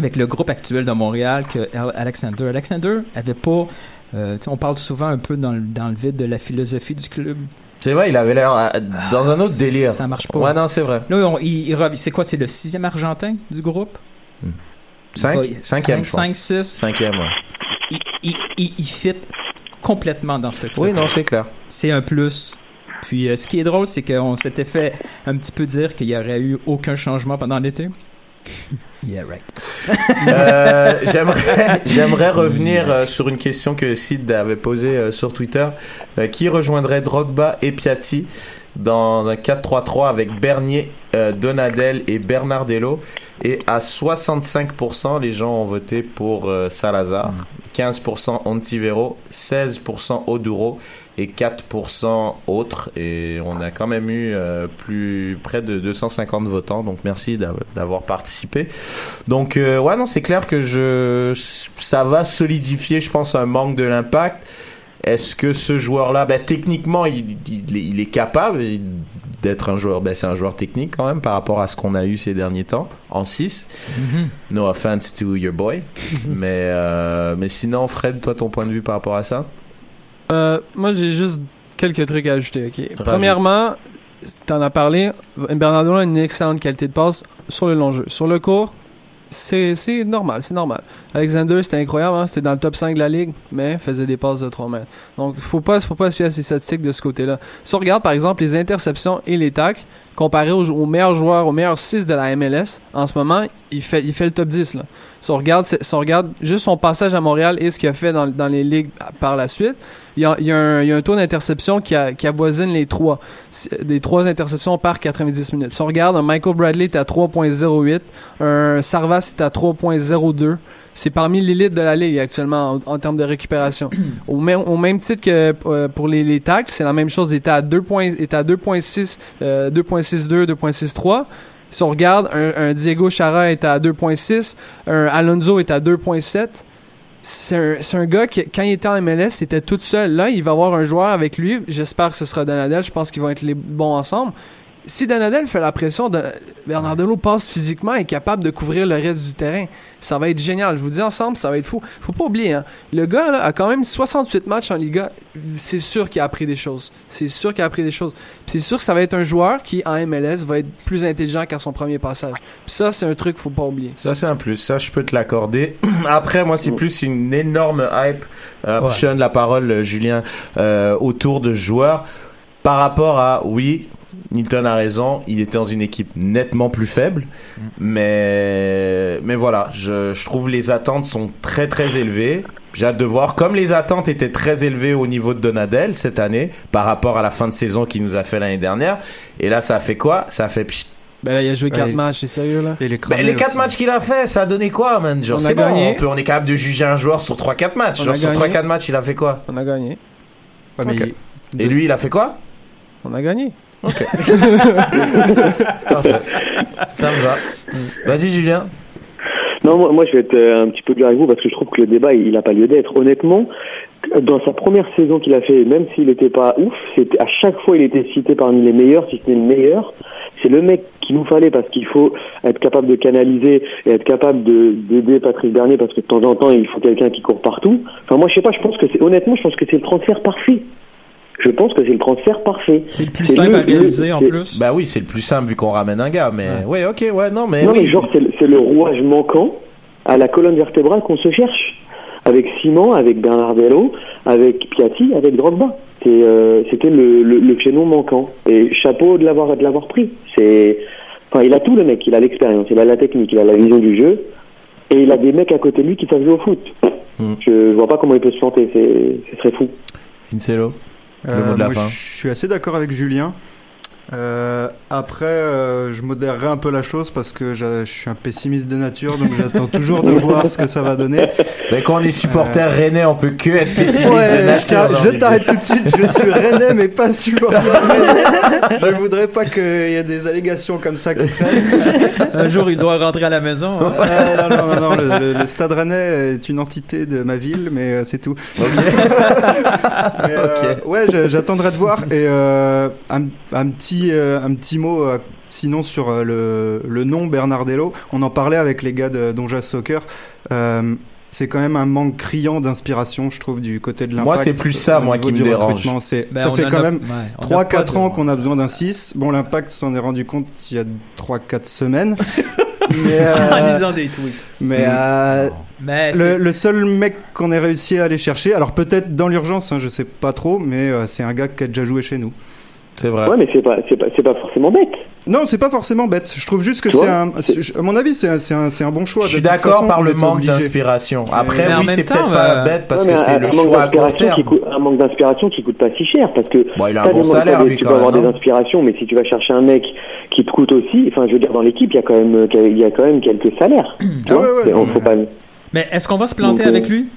Speaker 3: avec le groupe actuel de Montréal que Al- Alexander. Alexander avait pas. euh, tu sais, on parle souvent un peu dans le, dans le vide de la philosophie du club.
Speaker 2: C'est vrai, il avait l'air euh, dans un autre délire.
Speaker 3: Ça marche pas.
Speaker 2: Ouais, non, c'est vrai.
Speaker 3: Là, on- il- il rev- c'est quoi C'est le sixième Argentin du groupe
Speaker 2: Cinq, cinquième, je pense.
Speaker 3: 5, 6.
Speaker 2: Cinquième, ouais.
Speaker 3: Il, il, il- il fit complètement dans ce club.
Speaker 2: Oui, non, c'est clair.
Speaker 3: c'est un plus. Puis euh, ce qui est drôle, c'est qu'on s'était fait un petit peu dire qu'il n'y aurait eu aucun changement pendant l'été. yeah, right.
Speaker 2: Euh, j'aimerais, j'aimerais revenir euh, sur une question que Sid avait posée euh, sur Twitter. Euh, qui rejoindrait Drogba et Piatti dans un 4-3-3 avec Bernier, euh, Donadel et Bernardello Et à 65%, les gens ont voté pour euh, Salazar, 15% Ontivero, 16% Oduro et 4% autres. Et on a quand même eu euh, plus près de 250 votants. Donc merci d'av- d'avoir participé. Donc euh, ouais non c'est clair que je ça va solidifier je pense un manque de l'impact. Est-ce que ce joueur-là, ben, techniquement, il, il est- il est capable d'être un joueur, ben, c'est un joueur technique quand même par rapport à ce qu'on a eu ces derniers temps en 6. No offense to your boy. mais, euh, mais sinon, Fred, toi, ton point de vue par rapport à ça
Speaker 6: Euh, moi, j'ai juste quelques trucs à ajouter. ok. Premièrement, tu en as parlé, Bernardo a une excellente qualité de passe sur le long jeu. Sur le court, c'est c'est normal, c'est normal. Alexander, c'était incroyable, hein, c'était dans le top 5 de la ligue, mais faisait des passes de 3 mètres. Donc, faut pas, faut pas se fier à ces statistiques de ce côté-là. Si on regarde, par exemple, les interceptions et les tacles, comparé aux, aux meilleurs joueurs, aux meilleurs 6 de la MLS, en ce moment, il fait, il fait le top 10. Là. Si, on regarde, c'est- si on regarde juste son passage à Montréal et ce qu'il a fait dans, dans les ligues par la suite, il y a, il y a un, il y a un taux d'interception qui, a- qui avoisine les 3. Des 3 interceptions par 90 minutes. Si on regarde, un Michael Bradley est à 3.08, un Sarvas est à 3.02. C'est parmi l'élite de la ligue actuellement en, en termes de récupération. au, même, au même titre que euh, pour les, les tacles, c'est la même chose. Il était à 2 points- il était à 2.6, euh, 2.62, 2.63. Si on regarde, un, un Diego Chara est à 2.6, un Alonso est à 2.7 c'est un, c'est un gars qui, quand il était en MLS, il était tout seul. Là, il va avoir un joueur avec lui. J'espère que ce sera Donadel. Je pense qu'ils vont être les bons ensemble. Si Donadel fait la pression, de, Bernardello passe physiquement et est capable de couvrir le reste du terrain. Ça va être génial. Je vous dis ensemble, ça va être fou. Faut pas oublier, hein, le gars là, a quand même 68 matchs en Liga. C'est sûr qu'il a appris des choses. C'est sûr qu'il a appris des choses. Puis C'est sûr que ça va être un joueur qui, en MLS, va être plus intelligent qu'à son premier passage. Puis ça, c'est un truc qu'il faut pas oublier.
Speaker 2: Ça, c'est un plus. Ça, je peux te l'accorder. Après, moi, c'est plus une énorme hype. Euh,
Speaker 3: Ouais.
Speaker 2: je donne la parole, euh, Julien, euh, autour de ce joueur. Par rapport à, oui, Nilton a raison, il était dans une équipe nettement plus faible. Mais, mais voilà, je, je trouve les attentes sont très, très élevées. J'ai hâte de voir. Comme les attentes étaient très élevées au niveau de Donadel cette année, par rapport à la fin de saison qu'il nous a fait l'année dernière. Et là, ça a fait quoi Ça a fait pchit,
Speaker 6: Ben là, il a joué 4
Speaker 7: Ouais.
Speaker 6: matchs, c'est sérieux là.
Speaker 7: Et les
Speaker 2: Ben,
Speaker 7: Cranets
Speaker 2: les quatre
Speaker 7: aussi.
Speaker 2: matchs qu'il a fait, ça a donné quoi, man? Genre,
Speaker 6: On a
Speaker 2: c'est bon,
Speaker 6: gagné.
Speaker 2: on, peut- on est capable de juger un joueur sur 3-4 matchs.
Speaker 6: On
Speaker 2: Genre,
Speaker 6: a
Speaker 2: sur
Speaker 6: gagné.
Speaker 2: 3-4 matchs, il a fait quoi?
Speaker 6: On a gagné.
Speaker 7: Ouais, mais
Speaker 2: Ok. Et lui, il a fait quoi?
Speaker 6: On a gagné.
Speaker 3: Ah,
Speaker 2: Parfait. ça me va.
Speaker 3: Mm.
Speaker 2: Vas-y, Julien.
Speaker 4: Non, moi, moi, je vais être euh, un petit peu dur avec vous parce que je trouve que le débat, il n'a pas lieu d'être. Honnêtement, dans sa première saison qu'il a fait, même s'il n'était pas ouf, c'était à chaque fois il était cité parmi les meilleurs, si ce n'est le meilleur. C'est le mec qu'il nous fallait parce qu'il faut être capable de canaliser et être capable de d'aider Patrick Bernier parce que de temps en temps il faut quelqu'un qui court partout. Enfin moi je sais pas, je pense que c'est honnêtement je pense que c'est le transfert parfait. Je pense que c'est le transfert parfait.
Speaker 3: C'est le plus
Speaker 4: C'est
Speaker 3: simple
Speaker 4: le-
Speaker 3: à réaliser
Speaker 4: le-
Speaker 3: en
Speaker 4: c'est-
Speaker 3: plus.
Speaker 2: Bah oui, c'est le plus simple vu qu'on ramène un gars, mais. Ouais, ok, ouais, non, mais.
Speaker 4: non,
Speaker 2: Eh oui.
Speaker 4: mais genre, c'est le, c'est le rouage manquant à la colonne vertébrale qu'on se cherche. Avec Simon, avec Bernard Bello, avec Piatti, avec Drogba. C'est, euh, C'était le, le, le chaînon manquant. Et chapeau de l'avoir de l'avoir pris. C'est, enfin, il a tout le mec. Il a l'expérience, il a la technique, il a la vision du jeu, et il a des mecs à côté de lui qui savent jouer au foot.
Speaker 2: Mm.
Speaker 4: Je, je vois pas comment il peut se planter. C'est, c'est très fou.
Speaker 2: Vincello. Le mot de la
Speaker 7: Euh, moi,
Speaker 2: fin.
Speaker 7: Je suis assez d'accord avec Julien. Euh, après, euh, je modérerai un peu la chose parce que je, je suis un pessimiste de nature, donc j'attends toujours de voir ce que ça va donner.
Speaker 2: Mais quand on est supporter rennais, on peut que être pessimiste
Speaker 7: Ouais,
Speaker 2: de nature.
Speaker 7: tiens,
Speaker 2: j'ai envie
Speaker 7: je
Speaker 2: de
Speaker 7: t'arrête
Speaker 2: dire.
Speaker 7: tout de suite, je suis rennais mais pas supporter. rennais. je voudrais pas qu'il y ait des allégations comme ça qui traînent.
Speaker 3: Un jour, il doit rentrer à la maison. hein.
Speaker 7: Euh, non, non, non, non, le, le- le stade rennais est une entité de ma ville, mais euh, c'est tout. Mais, euh, ouais, je- j'attendrai de voir. Et euh, un, un petit, euh, un petit mot, euh, sinon, sur euh, le, le nom Bernardello. On en parlait avec les gars de Donja Soccer. Euh, c'est quand même un manque criant d'inspiration, je trouve, du côté de l'impact.
Speaker 2: Moi, c'est plus ça,
Speaker 7: au
Speaker 2: moi, qui
Speaker 7: niveau
Speaker 2: me
Speaker 7: du
Speaker 2: dérange.
Speaker 7: recrutement. C'est-
Speaker 3: Ben,
Speaker 7: ça
Speaker 3: on
Speaker 7: fait
Speaker 3: en
Speaker 7: quand
Speaker 3: a-
Speaker 7: même
Speaker 3: ouais, on a pas
Speaker 7: 3-4
Speaker 3: de-
Speaker 7: ans qu'on a besoin d'un 6. Bon, l'impact s'en est rendu compte il y a 3-4 semaines. mais
Speaker 3: En
Speaker 7: euh,
Speaker 3: lisant des tweets.
Speaker 7: mais
Speaker 2: Mmh.
Speaker 7: euh,
Speaker 3: Mais
Speaker 7: le, le seul mec qu'on ait réussi à aller chercher, alors peut-être dans l'urgence, hein, je sais pas trop, mais euh, c'est un gars qui a déjà joué chez nous.
Speaker 2: C'est vrai.
Speaker 4: Ouais, mais c'est pas, c'est pas, c'est pas forcément bête.
Speaker 7: Non, c'est pas forcément bête. Je trouve juste que
Speaker 4: Tu
Speaker 7: c'est
Speaker 4: vois,
Speaker 7: un.
Speaker 4: c'est-
Speaker 7: c'est- À mon avis, c'est un, c'est un, c'est un bon choix.
Speaker 2: Je
Speaker 7: De
Speaker 2: suis
Speaker 7: toute
Speaker 2: d'accord
Speaker 7: façon,
Speaker 2: par
Speaker 7: on
Speaker 2: le
Speaker 7: était
Speaker 2: manque
Speaker 7: obligé.
Speaker 2: d'inspiration. Après,
Speaker 3: Mais en
Speaker 2: oui,
Speaker 3: même
Speaker 2: c'est
Speaker 3: temps,
Speaker 2: peut-être
Speaker 3: euh,
Speaker 2: pas bête parce
Speaker 4: Ouais,
Speaker 2: que
Speaker 4: mais
Speaker 2: c'est le
Speaker 4: un, un manque
Speaker 2: choix à court
Speaker 4: d'inspiration qui
Speaker 2: terme.
Speaker 4: coûte- un manque d'inspiration qui coûte pas si cher parce que
Speaker 2: Bon, il a
Speaker 4: T'as
Speaker 2: un bon
Speaker 4: des- t'as
Speaker 2: salaire,
Speaker 4: des-
Speaker 2: lui,
Speaker 4: tu
Speaker 2: quand
Speaker 4: peux avoir
Speaker 2: même.
Speaker 4: des
Speaker 2: hein.
Speaker 4: inspirations, mais si tu vas chercher un mec qui te coûte aussi, enfin, je veux dire, dans l'équipe, il y a quand même, euh, il y a quand même quelques salaires.
Speaker 7: Ah ouais, ouais,
Speaker 4: Mais on
Speaker 7: non,
Speaker 4: faut pas-
Speaker 3: Mais est-ce qu'on va se planter
Speaker 4: Donc, euh,
Speaker 3: avec lui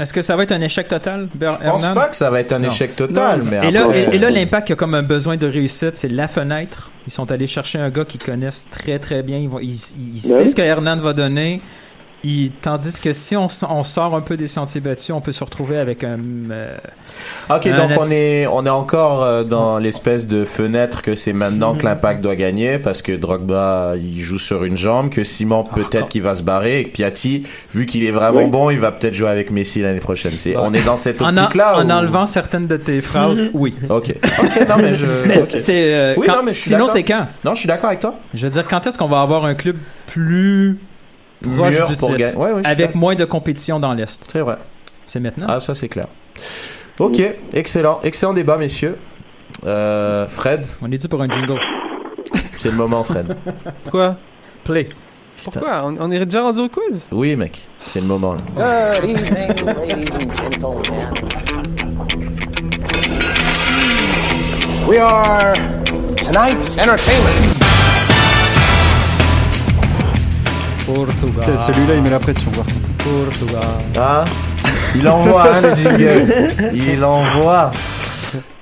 Speaker 3: Est-ce que ça va être un échec total, Ber-
Speaker 2: Je pense
Speaker 3: Hernan?
Speaker 2: pas que ça va être un
Speaker 3: Non.
Speaker 2: échec total,
Speaker 7: Non.
Speaker 2: mais
Speaker 3: Et là,
Speaker 2: après,
Speaker 3: et, et là,
Speaker 2: euh,
Speaker 3: l'impact a comme un besoin de réussite, c'est la fenêtre. Ils sont allés chercher un gars qu'ils connaissent très très bien. Ils, vont, ils, ils- ils
Speaker 4: Ouais.
Speaker 3: savent ce que Hernan va donner. Il- tandis que si on, s- on sort un peu des sentiers battus, on peut se retrouver avec un. euh,
Speaker 2: Ok,
Speaker 3: Un
Speaker 2: donc
Speaker 3: ass-
Speaker 2: on est on est encore euh, dans l'espèce de fenêtre que c'est maintenant
Speaker 3: Mm-hmm.
Speaker 2: que l'Impact doit gagner parce que Drogba il joue sur une jambe, que Simon
Speaker 3: Ah,
Speaker 2: peut-être qu'il va se barrer et que Piatti vu qu'il est vraiment
Speaker 4: Oui.
Speaker 2: bon, il va peut-être jouer avec Messi l'année prochaine. C'est
Speaker 3: Ouais.
Speaker 2: on est dans cette
Speaker 3: Bah, en, en-
Speaker 2: optique là.
Speaker 3: en enlevant certaines de tes phrases, oui.
Speaker 2: OK. OK, non mais je
Speaker 3: Mais
Speaker 2: ok.
Speaker 3: c'est, euh,
Speaker 2: Oui,
Speaker 3: quand-
Speaker 2: non, mais je suis
Speaker 3: sinon,
Speaker 2: d'accord.
Speaker 3: c'est quand
Speaker 2: Non, je suis d'accord avec toi.
Speaker 3: Je veux dire, quand est-ce qu'on va avoir un club plus proche
Speaker 2: Mûr
Speaker 3: du
Speaker 2: pour
Speaker 3: titre,
Speaker 2: gagner. Ouais, ouais, je suis
Speaker 3: avec
Speaker 2: d'accord.
Speaker 3: moins de compétition dans l'Est
Speaker 2: c'est vrai.
Speaker 3: C'est maintenant.
Speaker 2: Ah ça c'est clair. OK, excellent, excellent débat messieurs. Euh, Fred,
Speaker 3: On est dû pour un jingle.
Speaker 2: c'est le moment Fred.
Speaker 6: Pourquoi
Speaker 3: Play.
Speaker 6: Pourquoi on, on est déjà rendu au quiz
Speaker 2: Oui mec, c'est le moment. là.
Speaker 9: Good evening, ladies and gentlemen. We are tonight's entertainment.
Speaker 3: Portugal.
Speaker 7: Putain, Ah. Celui-là, il met la pression. Voir.
Speaker 3: Portugal.
Speaker 2: Ah, il envoie hein, le jingle. Il envoie.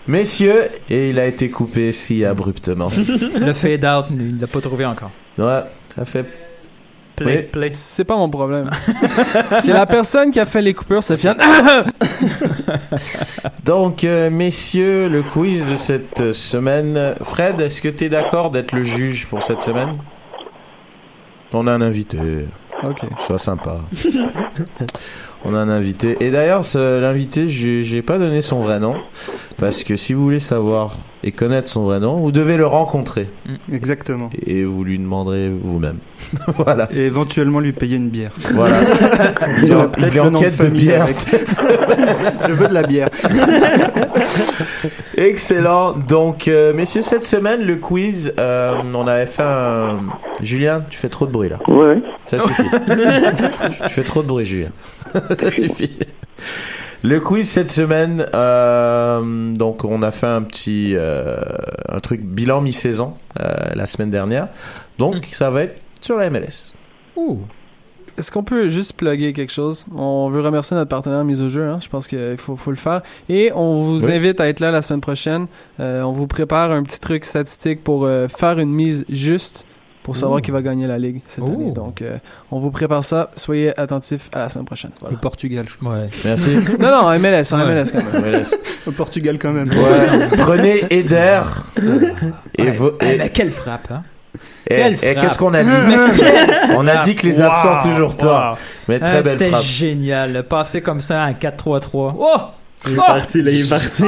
Speaker 2: Messieurs, et il a été coupé si abruptement.
Speaker 3: Le fade out, il l'a pas trouvé encore.
Speaker 2: Ouais, ça fait.
Speaker 3: Play,
Speaker 2: Oui.
Speaker 3: play.
Speaker 6: C'est pas mon problème. c'est la personne qui a fait les coupures, Sofiane.
Speaker 2: Donc, euh, messieurs, le quiz de cette semaine. Fred, est-ce que t'es d'accord d'être le juge pour cette semaine On a un invité.
Speaker 6: ok.
Speaker 2: Sois sympa. On a un invité. Et d'ailleurs, ce- l'invité, j'ai j'ai pas donné son vrai nom. Parce que si vous voulez savoir et connaître son vrai nom, vous devez le rencontrer.
Speaker 7: Exactement.
Speaker 2: et vous lui demanderez vous-même. voilà.
Speaker 7: Et éventuellement lui payer une bière.
Speaker 2: voilà. Il, est en- il
Speaker 7: Peut-être
Speaker 2: est
Speaker 7: le
Speaker 2: en
Speaker 7: nom de
Speaker 2: quête de
Speaker 7: famille
Speaker 2: bière.
Speaker 7: avec. Je veux de la bière.
Speaker 2: Excellent. Donc, euh, messieurs, cette semaine, le quiz, euh, on avait fait un... Julien, tu fais trop de bruit là.
Speaker 4: Ouais.
Speaker 2: Ça suffit. tu fais trop de bruit, Julien. Ça suffit. Le quiz cette semaine, euh, donc on a fait un petit euh, un truc bilan mi-saison euh, la semaine dernière. Donc
Speaker 3: Mm.
Speaker 2: ça va être sur la MLS.
Speaker 3: Ouh.
Speaker 6: Est-ce qu'on peut juste plugger quelque chose? On veut remercier notre partenaire mise au jeu, hein. je pense qu'il faut, faut le faire. Et on vous
Speaker 2: Oui.
Speaker 6: invite à être là la semaine prochaine. Euh, on vous prépare un petit truc statistique pour euh, faire une mise juste pour savoir qui va gagner la Ligue cette
Speaker 3: Ouh.
Speaker 6: année. Donc, euh, on vous prépare ça. Soyez attentifs à la semaine prochaine.
Speaker 7: Le Portugal, je
Speaker 3: Ouais.
Speaker 2: Merci.
Speaker 6: Non, non, en MLS, en
Speaker 3: Ouais.
Speaker 6: MLS quand même.
Speaker 2: MLS.
Speaker 7: crois. Le Portugal quand même.
Speaker 2: Ouais. Prenez Eder. Et, vo- et-
Speaker 3: Eh, mais quelle frappe, hein?
Speaker 2: et-
Speaker 3: quelle
Speaker 2: et
Speaker 3: frappe. Mm.
Speaker 2: qu'est-ce qu'on a dit On a dit que les absents ont toujours tort. Mais très
Speaker 3: Ah,
Speaker 2: belle
Speaker 3: C'était
Speaker 2: frappe.
Speaker 3: génial. Passer comme ça à un 4-3-3. Oh!
Speaker 5: Il est
Speaker 2: Ah!
Speaker 3: Oh.
Speaker 5: parti, là, il est parti.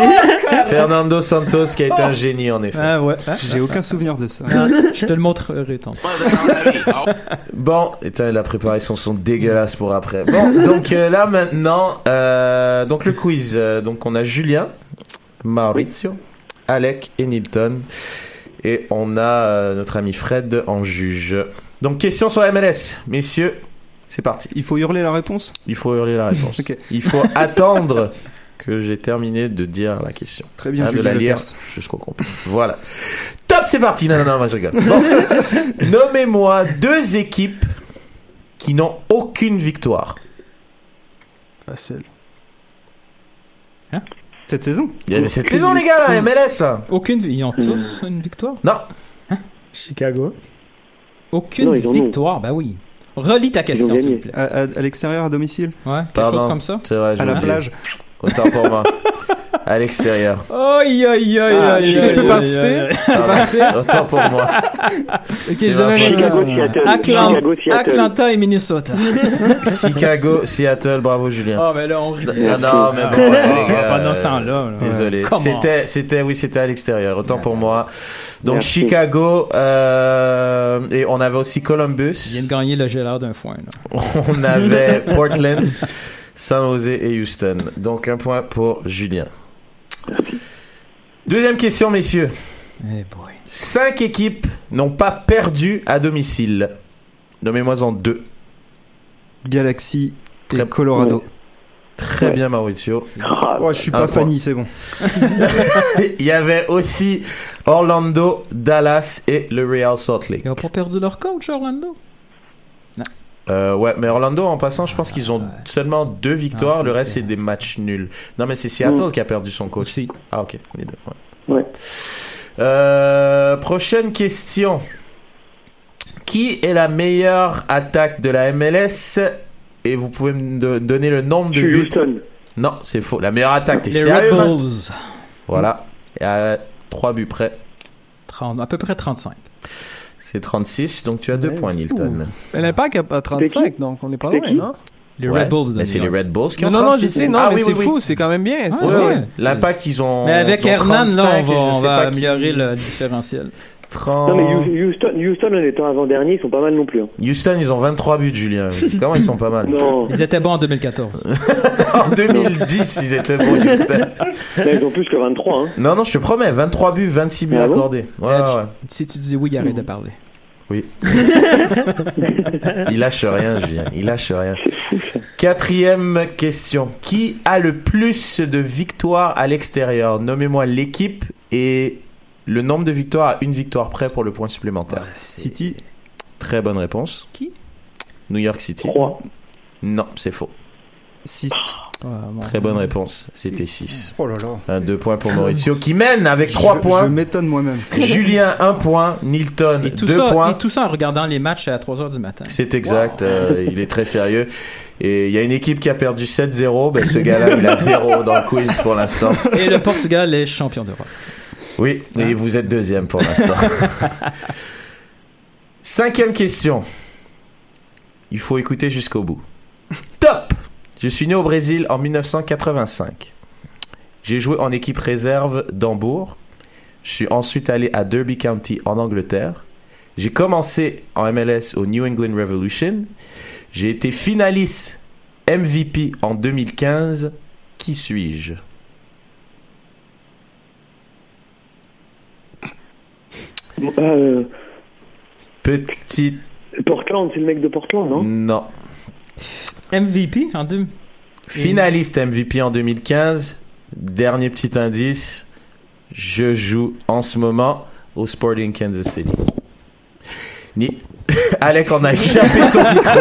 Speaker 2: Fernando Santos qui a été
Speaker 3: Oh.
Speaker 2: un génie en effet.
Speaker 3: Ah ouais. Ah,
Speaker 7: J'ai aucun souvenir de ça.
Speaker 3: ah, je te le montrerai tant.
Speaker 2: Bon, éteins la préparation sont dégueulasses pour après. Bon, donc euh, là maintenant, euh, donc le quiz. Euh, donc on a Julien, Maurizio, Alec et Nipton. Et on a euh, notre ami Fred en juge. Donc question sur la MLS, messieurs. C'est parti.
Speaker 7: Il faut hurler la réponse
Speaker 2: Il faut hurler la réponse.
Speaker 7: Ok.
Speaker 2: Il faut attendre que j'ai terminé de dire la question.
Speaker 7: Très bien,
Speaker 2: Ah, de
Speaker 7: Julien
Speaker 2: la
Speaker 7: Le
Speaker 2: lire
Speaker 7: Perse.
Speaker 2: jusqu'au complet. Voilà. Top, c'est parti. Non, non, non, moi, je rigole. Bon. Nommez-moi deux équipes qui n'ont aucune victoire.
Speaker 6: Facile.
Speaker 7: Cette saison
Speaker 2: Il y avait cette saison, les gars, la MLS. là.
Speaker 3: Aucune, ils ont tous une victoire.
Speaker 2: Non,
Speaker 5: Chicago.
Speaker 3: Aucune
Speaker 4: Non, ils en ont.
Speaker 3: victoire. Bah oui. Relis ta question,
Speaker 4: gagné.
Speaker 3: s'il te plaît.
Speaker 7: À, à- à l'extérieur, à domicile
Speaker 3: Ouais, quelque
Speaker 2: Pardon.
Speaker 3: chose comme ça.
Speaker 2: c'est vrai. j'ai
Speaker 7: À la
Speaker 2: oublié.
Speaker 7: plage
Speaker 2: Autant pour moi. À l'extérieur.
Speaker 3: Aïe, aïe, aïe, aïe.
Speaker 6: Est-ce que je peux
Speaker 3: aïe,
Speaker 6: participer?
Speaker 3: aïe, aïe.
Speaker 6: Je peux participer?
Speaker 2: Autant pour moi.
Speaker 6: Ok, je donne un
Speaker 4: Chicago,
Speaker 6: indice.
Speaker 4: Seattle.
Speaker 3: Atlanta-
Speaker 4: Chicago, Seattle.
Speaker 3: Atlanta et Minnesota.
Speaker 2: Chicago, Seattle, bravo Julien.
Speaker 7: Oh,
Speaker 3: Ah, mais là, on rit.
Speaker 2: Non, non, mais
Speaker 3: Ah,
Speaker 2: bon,
Speaker 3: ouais,
Speaker 2: ouais, les gars,
Speaker 3: pendant ce
Speaker 2: euh,
Speaker 3: temps-là. là.
Speaker 2: Désolé.
Speaker 3: Come on.
Speaker 2: C'était, c'était, oui, c'était à l'extérieur. Autant pour moi. Donc
Speaker 4: Merci.
Speaker 2: Chicago euh, et on avait aussi
Speaker 3: Il vient
Speaker 2: Columbus.
Speaker 3: de gagner le gelard d'un foin. Là.
Speaker 2: On avait Portland, San Jose et Houston. Donc un point pour Julien. Deuxième question, messieurs.
Speaker 3: Eh boy.
Speaker 2: Cinq équipes n'ont pas perdu à domicile. Nommez-moi en deux.
Speaker 7: Galaxy et
Speaker 2: Très-
Speaker 7: Colorado.
Speaker 2: Très
Speaker 4: Ouais.
Speaker 2: bien, Mauricio.
Speaker 4: Ah,
Speaker 7: Oh, je suis
Speaker 2: Un
Speaker 7: pas
Speaker 2: point.
Speaker 7: Fanny, c'est bon.
Speaker 2: Il y avait aussi Orlando, Dallas et le Real Salt Lake.
Speaker 3: Ils n'ont pas perdu leur coach, Orlando.
Speaker 2: Euh, ouais, mais Orlando, en passant, je pense qu'ils ont
Speaker 3: ouais.
Speaker 2: seulement deux victoires.
Speaker 3: Ah, ça,
Speaker 2: le reste,
Speaker 3: c'est-
Speaker 2: c'est des matchs nuls. Non, mais c'est Seattle
Speaker 4: Mm.
Speaker 2: qui a perdu son coach.
Speaker 3: Aussi.
Speaker 2: Ah, ok, les deux. ouais.
Speaker 4: Ouais.
Speaker 2: Euh, prochaine question. Qui est la meilleure attaque de la MLS Et vous pouvez me do- donner le nombre de
Speaker 4: je suis
Speaker 2: buts.
Speaker 4: Houston.
Speaker 2: Non, c'est faux. La meilleure attaque, t'es
Speaker 3: Les
Speaker 2: sérieux,
Speaker 3: Red
Speaker 2: man
Speaker 3: Bulls.
Speaker 2: Voilà. Et à 3 buts près,
Speaker 3: 30, à peu près 35.
Speaker 2: c'est 36. Donc tu as 2
Speaker 5: Ouais,
Speaker 2: points,
Speaker 5: c'est
Speaker 2: Nilton.
Speaker 6: Mais l'impact a a 35, donc on n'est pas
Speaker 4: C'est
Speaker 6: loin,
Speaker 4: qui
Speaker 6: non?
Speaker 3: Les
Speaker 2: Ouais.
Speaker 3: Red Bulls de
Speaker 2: Mais c'est
Speaker 3: New
Speaker 2: les
Speaker 3: York.
Speaker 2: Red Bulls qui
Speaker 6: Non,
Speaker 2: ont
Speaker 6: non, non, je
Speaker 2: 36.
Speaker 6: sais, non,
Speaker 2: Ah,
Speaker 6: mais
Speaker 2: oui,
Speaker 6: c'est
Speaker 2: oui, oui.
Speaker 6: fou, c'est quand même bien.
Speaker 3: Ah,
Speaker 6: ça.
Speaker 2: Ouais,
Speaker 3: ouais.
Speaker 2: ouais. L'impact, ils ont.
Speaker 3: Mais avec
Speaker 2: ils ont
Speaker 3: Hernan, là,
Speaker 2: 35,
Speaker 3: on va,
Speaker 2: et je
Speaker 3: on
Speaker 2: sais
Speaker 3: va
Speaker 2: pas qui-
Speaker 3: améliorer le différentiel.
Speaker 2: 30.
Speaker 4: Non,
Speaker 2: Oh.
Speaker 4: mais Houston, Houston, en étant avant-dernier, ils sont pas mal non plus. hein.
Speaker 2: Houston, ils ont 23 buts, Julien. Comment ils sont pas mal
Speaker 4: Non,
Speaker 3: Ils étaient bons en 2014.
Speaker 2: En 2010, ils étaient bons, Houston.
Speaker 4: là, ils ont plus que 23. Hein.
Speaker 2: Non, non, je te promets, 23 buts, 26 buts
Speaker 4: Ah bon
Speaker 2: accordés. Ouais,
Speaker 3: Edge.
Speaker 2: ouais,
Speaker 3: si tu dis oui,
Speaker 2: Hmm.
Speaker 3: arrête de parler.
Speaker 2: ouais. Il lâche rien, Julien. Il lâche rien. Quatrième question. Qui a le plus de victoires à l'extérieur Nommez-moi l'équipe et le nombre de victoires à une victoire près pour le point supplémentaire.
Speaker 7: City,
Speaker 2: Très bonne réponse.
Speaker 3: Qui
Speaker 2: New York City.
Speaker 4: 3.
Speaker 2: Non, c'est faux.
Speaker 7: 6.
Speaker 3: Ouais, bon.
Speaker 2: Très bonne réponse. C'était 6.
Speaker 7: Oh là là.
Speaker 2: Deux points pour Mauricio qui mène avec 3
Speaker 7: Je-
Speaker 2: points.
Speaker 7: Je m'étonne moi-même.
Speaker 2: Julien, 1 point. Nilton,
Speaker 3: Et tout,
Speaker 2: 2
Speaker 3: ça,
Speaker 2: Euh, points.
Speaker 3: et tout ça en regardant les matchs à 3h du matin.
Speaker 2: C'est exact, euh, il est très sérieux. Et il y a une équipe qui a perdu 7-0. Ben, ce gars-là, il a 0 dans le quiz pour l'instant.
Speaker 3: Et le Portugal est champion d'Europe.
Speaker 2: Oui, Hein et vous êtes deuxième pour l'instant. Cinquième question. Il faut écouter jusqu'au bout. Top Je suis né au Brésil en 1985. J'ai joué en équipe réserve d'Hambourg. Je suis ensuite allé à Derby County en Angleterre. J'ai commencé en MLS au New England Revolution. J'ai été finaliste MVP en 2015. Qui suis-je
Speaker 4: Bon, euh,
Speaker 2: Petite...
Speaker 4: Portland, c'est le mec de Portland, non
Speaker 2: non.
Speaker 3: MVP en deux.
Speaker 2: Finaliste MVP en 2015. Dernier petit indice. Je joue en ce moment au Sporting Kansas City. Ni. Alec en a échappé son micro.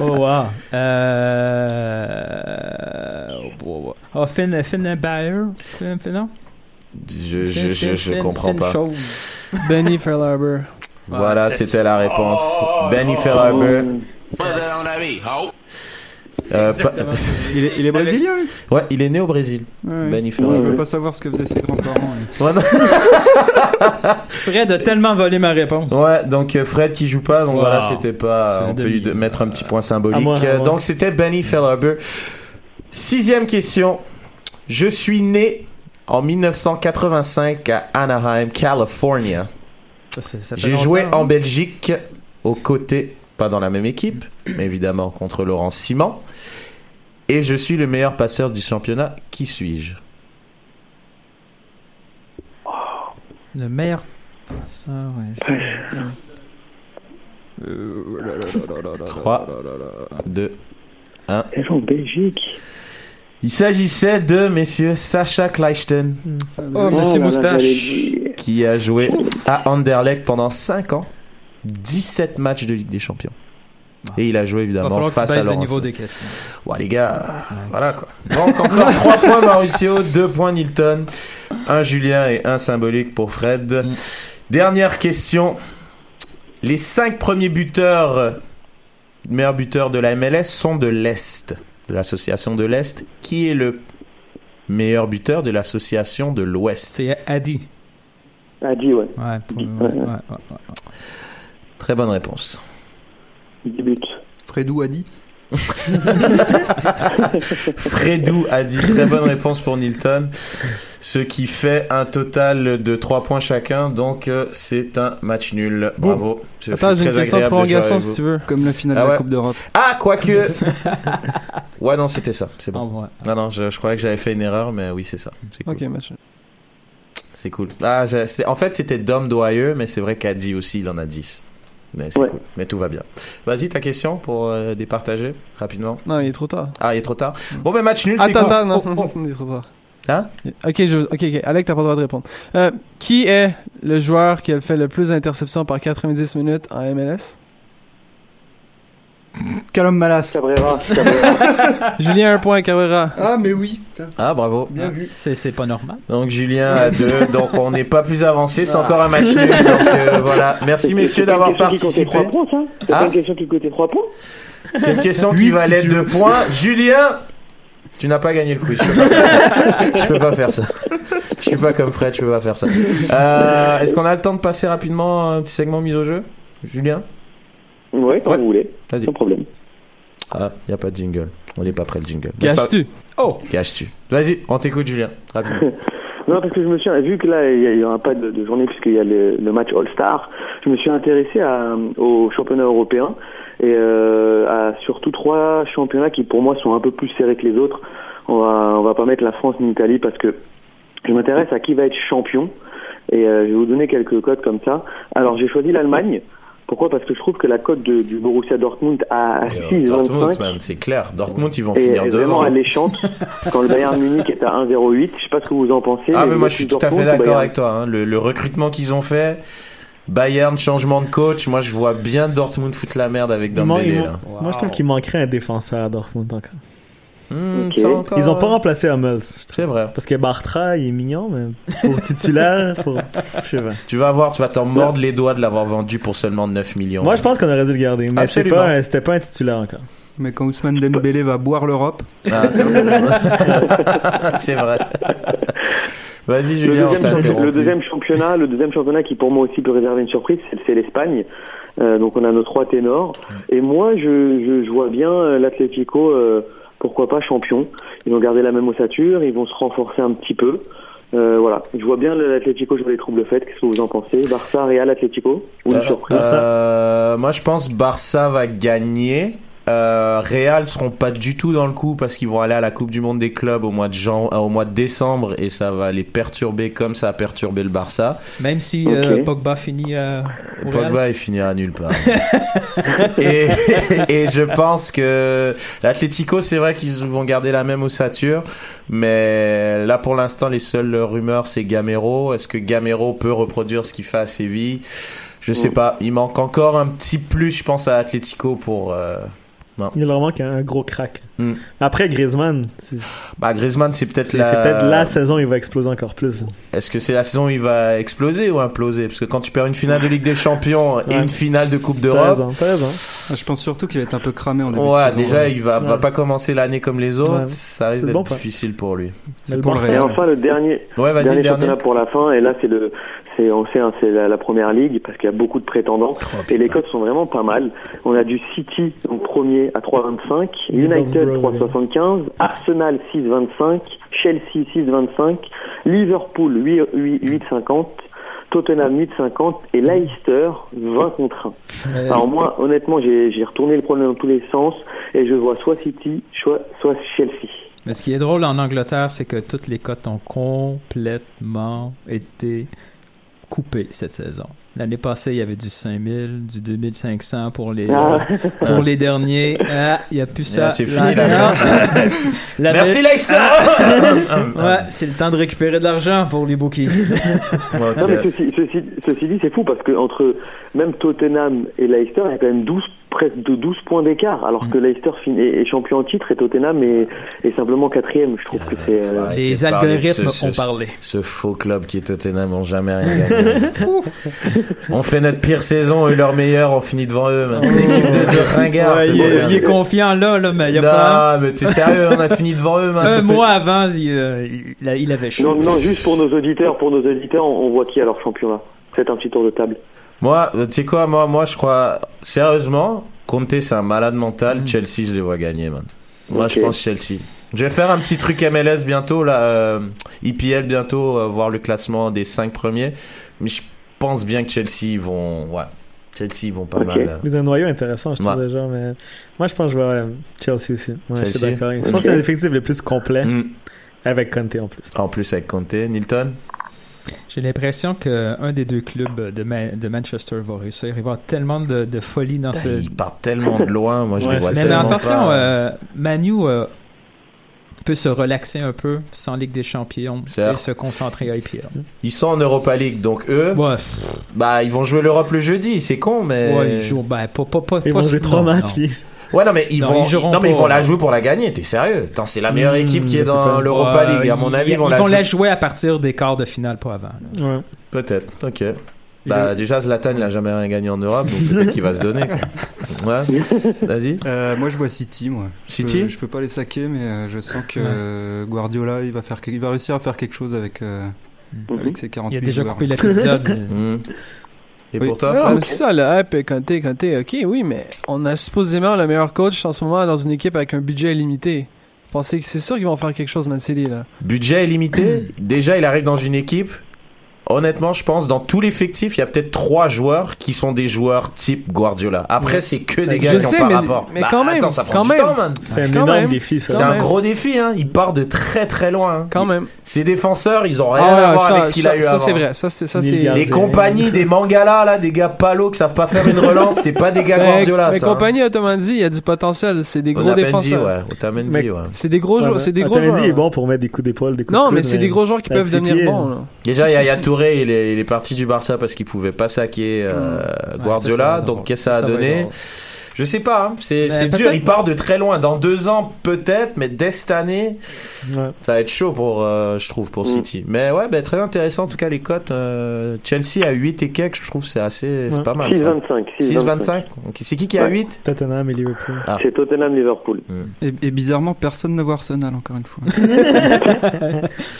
Speaker 3: Oh, wow. Euh... oh, Oh, Finn, Finn Bayer? Finn, Finn, non?
Speaker 2: Je, je,
Speaker 3: Finn,
Speaker 2: je, je
Speaker 3: Finn,
Speaker 2: comprends
Speaker 3: Finn
Speaker 2: pas.
Speaker 3: Chose.
Speaker 6: Benny Fairlarber.
Speaker 2: Voilà, c'était la réponse. Benny
Speaker 4: oh,
Speaker 2: Ferraber. Euh, pa-
Speaker 7: Il est, il est brésilien, lui
Speaker 2: ouais, il est né au Brésil.
Speaker 7: Ouais.
Speaker 2: Benny
Speaker 7: Je
Speaker 2: Ferraber.
Speaker 7: veux pas savoir ce que faisaient ses grands-parents. hein. lui.
Speaker 2: Ouais, non.
Speaker 3: Fred a tellement volé ma réponse.
Speaker 2: Ouais, donc euh, Fred qui joue pas, donc
Speaker 3: Wow.
Speaker 2: voilà, c'était pas.
Speaker 3: C'est
Speaker 2: On
Speaker 3: un
Speaker 2: peut lui de-
Speaker 3: demi.
Speaker 2: mettre un petit point symbolique.
Speaker 5: à moi, à
Speaker 2: Euh,
Speaker 5: moi.
Speaker 2: Donc c'était Benny Ferraber. Sixième question. Je suis né en 1985 à Anaheim, California.
Speaker 3: Ça, c'est- ça fait
Speaker 2: J'ai
Speaker 3: longtemps,
Speaker 2: joué
Speaker 3: hein.
Speaker 2: en Belgique aux côtés, pas dans la même équipe, mais évidemment contre Laurent Simon. Et je suis le meilleur passeur du championnat. Qui suis-je
Speaker 3: Le meilleur passeur. ouais.
Speaker 7: Euh, là, là, là, là, là, là,
Speaker 2: 3,
Speaker 7: là, là, là.
Speaker 2: 2,
Speaker 4: Elle est en Belgique.
Speaker 2: Il s'agissait de messieurs Sacha Kleichten,
Speaker 6: Oh,
Speaker 4: là
Speaker 6: monsieur
Speaker 4: là,
Speaker 6: Moustache.
Speaker 4: j'allais dire.
Speaker 2: qui a joué à Anderlecht pendant 5 ans, 17 matchs de Ligue des Champions. Et il a joué
Speaker 3: Il Ah. va
Speaker 2: évidemment
Speaker 3: falloir que tu
Speaker 2: face à
Speaker 3: baisses le
Speaker 2: Laurent.
Speaker 3: niveau
Speaker 2: Simon.
Speaker 3: des questions.
Speaker 2: Ouais, les gars, voilà quoi. Donc encore 3 points Mauricio, 2 points Nilton, 1 Julien et 1 symbolique pour Fred.
Speaker 3: Mm.
Speaker 2: Dernière question. Les 5 premiers buteurs, euh, meilleurs buteurs de la MLS sont de l'Est, de l'association de l'Est. Qui est le meilleur buteur de l'association de l'Ouest
Speaker 3: C'est Adi.
Speaker 4: Adi, Ah, ouais.
Speaker 3: Ouais, pour- ouais, ouais, ouais, ouais.
Speaker 2: Très bonne réponse.
Speaker 4: 10 buts.
Speaker 7: Fredou a dit.
Speaker 2: Fredou a dit très bonne réponse pour Nilton. Ce qui fait un total de 3 points chacun, donc euh, c'est un match nul. Bravo. Ce
Speaker 6: Attends,
Speaker 2: fut
Speaker 6: j'ai une
Speaker 2: très
Speaker 6: question de
Speaker 2: agréable jouer
Speaker 6: prolongation
Speaker 2: avec
Speaker 6: si
Speaker 2: vous.
Speaker 6: tu veux.
Speaker 7: Comme la finale
Speaker 2: Ah
Speaker 7: de
Speaker 2: ouais.
Speaker 7: la Coupe d'Europe.
Speaker 2: Ah, quoique. ouais, non, c'était ça. C'est bon.
Speaker 3: Ah, ouais.
Speaker 2: Non, non, je, je croyais que j'avais fait une erreur, mais oui, c'est ça. C'est cool.
Speaker 6: Ok, match.
Speaker 2: C'est cool. Ah, j'ai- c'est- en fait, c'était Dom Doyeux, mais c'est vrai qu'Adi aussi, il en a 10. Mais c'est
Speaker 4: Ouais.
Speaker 2: cool. Mais tout va bien. Vas-y, ta question pour euh, départager rapidement.
Speaker 6: Non, il est trop tard.
Speaker 2: Ah, il est trop tard. Bon, mais match nul, c'est
Speaker 6: Mm. Attends,
Speaker 2: quoi Oh,
Speaker 6: attends, non, il est trop tard.
Speaker 2: Hein
Speaker 6: Ok, je, ok, ok. Alec, t'as pas le droit de répondre. Euh, qui est le joueur qui a fait le plus d'interceptions par 90 minutes en MLS
Speaker 7: Calum Malas.
Speaker 4: Cabrera. Cabrera.
Speaker 6: Julien, un point,
Speaker 2: Ben,
Speaker 6: Cabrera.
Speaker 7: Ah, mais oui. putain,
Speaker 2: Ah, bravo.
Speaker 7: Bien vu.
Speaker 3: C'est c'est pas normal.
Speaker 2: Donc Julien à 2, donc on n'est pas plus avancé, c'est encore un match nul. Donc euh, voilà, merci messieurs d'avoir participé.
Speaker 4: C'est pas une question qui coûtait 3 points, ça C'est
Speaker 2: Ah.
Speaker 4: pas une question qui coûtait 3 points
Speaker 2: C'est une question qui
Speaker 7: Huit,
Speaker 2: valait
Speaker 7: si tu
Speaker 2: 2 points. Julien, tu n'as pas gagné le quiz, je peux pas faire ça. Je peux pas faire ça. Je suis pas comme Fred, je peux pas faire ça. Euh, Est-ce qu'on a le temps de passer rapidement un petit segment mise au jeu Julien
Speaker 4: Ouais, quand
Speaker 2: Ouais.
Speaker 4: vous voulez.
Speaker 2: Vas-y.
Speaker 4: Sans problème.
Speaker 2: Ah, y a pas de jingle. On n'est pas prêt le jingle. Mais c'est pas-
Speaker 6: Gâches-tu
Speaker 2: Gâches-tu. Vas-y, on t'écoute Julien, rapidement.
Speaker 4: Non, parce que je me suis vu que là, il n'y aura pas de, de journée puisqu'il y a le, le match All-Star. Je me suis intéressé à, au championnat européen et euh, à surtout trois championnats qui, pour moi, sont un peu plus serrés que les autres. On va, on va pas mettre la France ni l'Italie parce que je m'intéresse à qui va être champion et euh, je vais vous donner quelques codes comme ça. Alors, j'ai choisi l'Allemagne. Pourquoi Parce que je trouve que la cote de- du Borussia Dortmund à, à
Speaker 2: Euh,
Speaker 4: 6,25
Speaker 2: Dortmund, man, c'est clair. Dortmund, ils vont
Speaker 4: et
Speaker 2: finir
Speaker 4: est vraiment
Speaker 2: devant.
Speaker 4: alléchante quand le Bayern Munich est à 1,08. Je sais pas ce que vous en pensez.
Speaker 2: Ah,
Speaker 4: mais
Speaker 2: mais moi je suis tout à fait
Speaker 4: Dortmund,
Speaker 2: d'accord
Speaker 4: Bayern-
Speaker 2: avec toi. hein. Le, le recrutement qu'ils ont fait, Bayern, changement de coach, moi je vois bien Dortmund foutre la merde avec
Speaker 5: Il man- il
Speaker 2: Dembélé
Speaker 5: man-
Speaker 2: là.
Speaker 5: Moi, je trouve qu'il manquerait un défenseur à Dortmund encore.
Speaker 2: Hmm,
Speaker 4: Ok.
Speaker 2: ça encore,
Speaker 5: Ils ont pas
Speaker 2: ouais.
Speaker 5: remplacé Hummels.
Speaker 2: C'est vrai.
Speaker 5: Parce que Bartra, il est mignon, mais pour titulaire, pour. Je sais pas.
Speaker 2: Tu vas voir, tu vas t'en mordre les doigts de l'avoir vendu pour seulement 9 millions.
Speaker 5: Bah. Moi, je pense qu'on aurait dû le garder, mais c'est
Speaker 2: Absolument.
Speaker 5: pas un- c'était pas, un titulaire encore.
Speaker 7: Mais quand Ousmane Dembélé va boire l'Europe,
Speaker 2: Ah. c'est vrai. Vas-y
Speaker 4: Le
Speaker 2: Julien, on
Speaker 4: deuxième,
Speaker 2: t'a
Speaker 4: champi-
Speaker 2: interrompu.
Speaker 4: le deuxième championnat, le deuxième championnat qui pour moi aussi peut réserver une surprise, c'est- c'est l'Espagne. Euh, donc on a nos trois ténors. Et moi, je, je, je vois bien euh, l'Atlético, euh, pourquoi pas champion. Ils ont gardé la même ossature, ils vont se renforcer un petit peu. Euh, voilà, je vois bien l'Atlético jouer les troubles faits. Qu'est-ce que vous en pensez Barça, Real, Atlético Ou une
Speaker 2: Euh,
Speaker 4: surprise
Speaker 2: euh, moi je pense Barça va gagner. Euh, Real seront pas du tout dans le coup parce qu'ils vont aller à la Coupe du Monde des clubs au mois de jan- euh, au mois de décembre et ça va les perturber comme ça a perturbé le Barça.
Speaker 3: Même si euh,
Speaker 4: Ok.
Speaker 3: Pogba finit euh, au Real.
Speaker 2: Pogba il finira nulle part. et, et je pense que l'Atlético c'est vrai qu'ils vont garder la même ossature, mais là pour l'instant les seules rumeurs c'est Gamero. Est-ce que Gamero peut reproduire ce qu'il fait à Séville Je
Speaker 5: Oh.
Speaker 2: sais pas. Il manque encore un petit plus je pense à Atlético pour. euh,
Speaker 5: Il leur manque un, un gros crack.
Speaker 2: Mm.
Speaker 5: Après Griezmann, c'est
Speaker 2: Bah Griezmann c'est peut-être
Speaker 5: c'est-
Speaker 2: la.
Speaker 5: c'est peut-être la saison où il va exploser encore plus.
Speaker 2: Est-ce que c'est la saison où il va exploser ou imploser Parce que quand tu perds une finale de Ligue des Champions et
Speaker 5: Ouais.
Speaker 2: une finale de Coupe
Speaker 5: T'as
Speaker 2: d'Europe,
Speaker 5: raison, t'as raison.
Speaker 7: Ah, Je pense surtout qu'il va être un peu cramé en début de
Speaker 2: ouais,
Speaker 7: saison,
Speaker 2: déjà
Speaker 7: ouais.
Speaker 2: il va, va
Speaker 5: Ouais.
Speaker 2: pas commencer l'année comme les autres.
Speaker 5: Ouais.
Speaker 2: Ça risque
Speaker 5: C'est
Speaker 2: d'être
Speaker 5: bon, pas.
Speaker 2: difficile pour lui.
Speaker 5: Mais le
Speaker 7: pour le
Speaker 5: Barça-
Speaker 4: Et
Speaker 7: Real.
Speaker 4: enfin, le dernier,
Speaker 2: Ouais, vas-y,
Speaker 4: dernier,
Speaker 2: dernier.
Speaker 4: championnat pour la fin, et là, c'est le, c'est, on sait, hein, c'est la, la première ligue parce qu'il y a beaucoup de prétendants.
Speaker 2: Oh,
Speaker 4: et les codes sont vraiment pas mal. On a du City en premier à 3,25, United
Speaker 5: Middlesbrough,
Speaker 4: 3,75, Arsenal 6,25, Chelsea 6,25, Liverpool 8, 8, 8,50. Tottenham 8,50 et Leicester 20 contre 1.
Speaker 3: Euh,
Speaker 4: Alors moi, honnêtement, j'ai j'ai retourné le problème dans tous les sens et je vois soit City, soit, soit Chelsea.
Speaker 3: Mais ce qui est drôle en Angleterre, c'est que toutes les cotes ont complètement été coupées cette saison. L'année passée, il y avait du 5000, du 2500 pour les, euh,
Speaker 4: Ah.
Speaker 3: pour les derniers. Ah, il n'y a plus ça.
Speaker 2: Ah, c'est fini,
Speaker 3: La-
Speaker 2: la-
Speaker 3: La-
Speaker 2: Merci Leicester
Speaker 3: Ouais, c'est le temps de récupérer de l'argent pour les bookies.
Speaker 2: Ok.
Speaker 4: Non, mais ceci, ceci, ceci dit, c'est fou parce que entre même Tottenham et Leicester, il y a quand même 12, presque de 12 points d'écart, alors que Leicester fin- est, est champion en titre et Tottenham est, est simplement quatrième. Je trouve que c'est. euh,
Speaker 2: Arrêtez
Speaker 3: les
Speaker 2: de parler de
Speaker 3: algorithmes
Speaker 2: ce-
Speaker 3: ont
Speaker 2: ce-
Speaker 3: parlé.
Speaker 2: Ce faux club qui est Tottenham ont jamais rien gagné. on fait notre pire saison, eux leur meilleur, on finit devant eux. maintenant. C'est une équipe de, de ringards,
Speaker 3: Oh. Ouais,
Speaker 2: t'es
Speaker 3: il, est,
Speaker 2: bien.
Speaker 3: il est confiant là, là mais il n'y a
Speaker 2: non,
Speaker 3: pas
Speaker 2: mais tu es sérieux, on a fini devant eux. man, ça
Speaker 3: un
Speaker 2: fait-
Speaker 3: mois avant, il, euh, il a- il avait chaud.
Speaker 4: Non, non, juste pour nos auditeurs, pour nos auditeurs, on, on voit qui à leur championnat. Faites un petit tour de table.
Speaker 2: Moi, euh, tu sais quoi, moi, moi, je crois, sérieusement, Conte, c'est un malade
Speaker 3: Mm.
Speaker 2: mental. Chelsea, je les vois gagner, man. Moi, je
Speaker 4: Ok.
Speaker 2: pense Chelsea. Je vais faire un petit truc MLS bientôt, là, euh, EPL bientôt, euh, voir le classement des cinq premiers. Mais je pense bien que Chelsea ils vont, ouais. Chelsea, ils vont pas
Speaker 4: Ok.
Speaker 2: mal. euh.
Speaker 5: Ils ont un noyau intéressant, je trouve
Speaker 2: Ouais.
Speaker 5: déjà, mais moi je pense que je vais euh, Chelsea aussi. Ouais, je suis
Speaker 2: Chelsea.
Speaker 5: d'accord. Je pense que c'est l'effectif le plus complet
Speaker 2: Mm.
Speaker 5: avec Conte en plus.
Speaker 2: En plus, avec Conte, Nilton.
Speaker 3: J'ai l'impression qu'un des deux clubs de, Ma- de Manchester va réussir. Il va y avoir tellement de, de folie dans
Speaker 2: Putain,
Speaker 3: ce.
Speaker 2: Ils partent tellement de loin, moi, je
Speaker 5: Ouais,
Speaker 2: les vois
Speaker 5: c'est-
Speaker 3: Mais, mais
Speaker 2: tellement
Speaker 3: attention,
Speaker 2: pas.
Speaker 3: euh, Manu euh, peut se relaxer un peu sans Ligue des Champions
Speaker 2: Certes.
Speaker 3: et se concentrer à IPL.
Speaker 2: Ils sont en Europa League, donc eux,
Speaker 3: Ouais,
Speaker 2: bah, ils vont jouer l'Europe le jeudi, c'est con, mais.
Speaker 3: ouais, ils jouent. Ben, pas, pas, pas,
Speaker 5: Ils
Speaker 3: pas-
Speaker 5: vont jouer trois
Speaker 3: non,
Speaker 5: matchs,
Speaker 3: non.
Speaker 5: puis
Speaker 2: Ouais, non, mais ils
Speaker 3: Non,
Speaker 2: vont,
Speaker 3: ils joueront
Speaker 2: non, mais
Speaker 3: pas.
Speaker 2: ils vont
Speaker 6: hein.
Speaker 2: la jouer pour la gagner, t'es sérieux. Attends, c'est la
Speaker 3: Hmm,
Speaker 6: Hmm,
Speaker 2: meilleure
Speaker 5: Mmh,
Speaker 2: équipe qui
Speaker 5: je
Speaker 2: est
Speaker 5: sais pas.
Speaker 2: dans l'Europa
Speaker 3: Ouais,
Speaker 2: League. À mon
Speaker 3: ils-
Speaker 2: avis,
Speaker 3: ils,
Speaker 2: ils vont
Speaker 3: vont
Speaker 2: la
Speaker 3: la
Speaker 2: jouer.
Speaker 3: jouer à partir des quarts de finale, pas avant. là.
Speaker 5: Ouais.
Speaker 2: Peut-être, ok. Bah, déjà, Zlatan, il a jamais rien gagné en Europe, donc peut-être qu'il va se donner, quoi. Ouais. Vas-y.
Speaker 7: Euh, moi, je vois City, moi. Je
Speaker 2: City
Speaker 7: peux, Je peux pas les saquer, mais euh, je sens que euh, Guardiola, il va faire, que- il va réussir à faire quelque chose avec euh,
Speaker 2: Mhm.
Speaker 7: avec ses 40
Speaker 3: Il a
Speaker 7: 000
Speaker 3: déjà
Speaker 7: joueurs.
Speaker 3: coupé l'épisode. euh,
Speaker 2: Mmh. Et
Speaker 7: Oui.
Speaker 2: pour toi,
Speaker 6: Non,
Speaker 2: Fred
Speaker 6: mais c'est ça, le hype, est Kanté, Kanté, ok, oui, mais on a supposément le meilleur coach en ce moment dans une équipe avec un budget limité. Vous Pensez que c'est sûr qu'ils vont faire quelque chose, Man City, là.
Speaker 2: Budget est limité. Déjà, il arrive dans une équipe. Honnêtement, je pense, dans tout l'effectif, il y a peut-être trois joueurs qui sont des joueurs type Guardiola. Après, c'est que des gars
Speaker 6: Je
Speaker 2: qui ont
Speaker 6: sais,
Speaker 2: pas
Speaker 6: mais-
Speaker 2: rapport.
Speaker 6: mais
Speaker 2: Bah,
Speaker 6: quand même,
Speaker 2: attends, ça prend
Speaker 6: quand
Speaker 2: du
Speaker 6: même.
Speaker 2: temps, man.
Speaker 5: C'est un
Speaker 6: Quand
Speaker 5: énorme
Speaker 6: même.
Speaker 5: défi,
Speaker 2: C'est
Speaker 5: ça.
Speaker 2: un
Speaker 6: même.
Speaker 2: gros défi, hein. Il part de très très loin. hein.
Speaker 6: Quand
Speaker 2: Il-
Speaker 6: même.
Speaker 2: Ses défenseurs, ils ont rien
Speaker 6: Ah ouais,
Speaker 2: à voir
Speaker 6: ça,
Speaker 2: avec ce qu'il
Speaker 6: ça-
Speaker 2: a eu
Speaker 6: ça,
Speaker 2: avant.
Speaker 6: c'est vrai. Ça, c'est, ça,
Speaker 5: Neil
Speaker 6: c'est...
Speaker 5: Gardner.
Speaker 2: Les compagnies des mangalas là, des gars palos qui savent pas faire une relance, c'est pas des gars
Speaker 6: Mais-
Speaker 2: Guardiola.
Speaker 6: mais
Speaker 2: ça,
Speaker 6: compagnie, autrement dit, il y a du potentiel. C'est des
Speaker 2: hein.
Speaker 6: gros
Speaker 2: Otamendi,
Speaker 6: défenseurs.
Speaker 2: ouais. Otamendi,
Speaker 5: Mais-
Speaker 2: ouais.
Speaker 6: C'est des gros joueurs. C'est des gros
Speaker 5: Otamendi
Speaker 6: joueurs.
Speaker 5: est bon pour mettre des coups d'épaule, des coups de
Speaker 6: Non,
Speaker 5: coude,
Speaker 6: mais c'est des gros joueurs qui
Speaker 5: avec
Speaker 6: peuvent
Speaker 5: ses
Speaker 6: devenir
Speaker 5: pieds,
Speaker 6: bons. là.
Speaker 2: Déjà, Yaya Touré, il est, il est parti du Barça parce qu'il pouvait pas saquer
Speaker 6: Mm.
Speaker 2: euh, Guardiola. donc qu'est-ce que ça a donné Je sais pas. hein. C'est
Speaker 3: Mais
Speaker 2: c'est
Speaker 3: peut-être-
Speaker 2: dur. Il part de très loin. Dans deux ans peut-être, mais dès cette année,
Speaker 5: Ouais.
Speaker 2: ça va être chaud pour, euh, je trouve, pour City. Mais ouais, ben, très intéressant en tout cas les cotes. euh, Chelsea à 8 et quelques, je trouve c'est assez, c'est
Speaker 5: Ouais.
Speaker 2: pas mal. ça.
Speaker 4: 6,25. 6,25.
Speaker 2: 6-25 Ok, C'est qui qui a
Speaker 4: Ouais.
Speaker 2: 8
Speaker 5: Tottenham et Liverpool.
Speaker 4: C'est Tottenham-Liverpool.
Speaker 7: Et, et bizarrement, personne ne voit Arsenal encore une fois.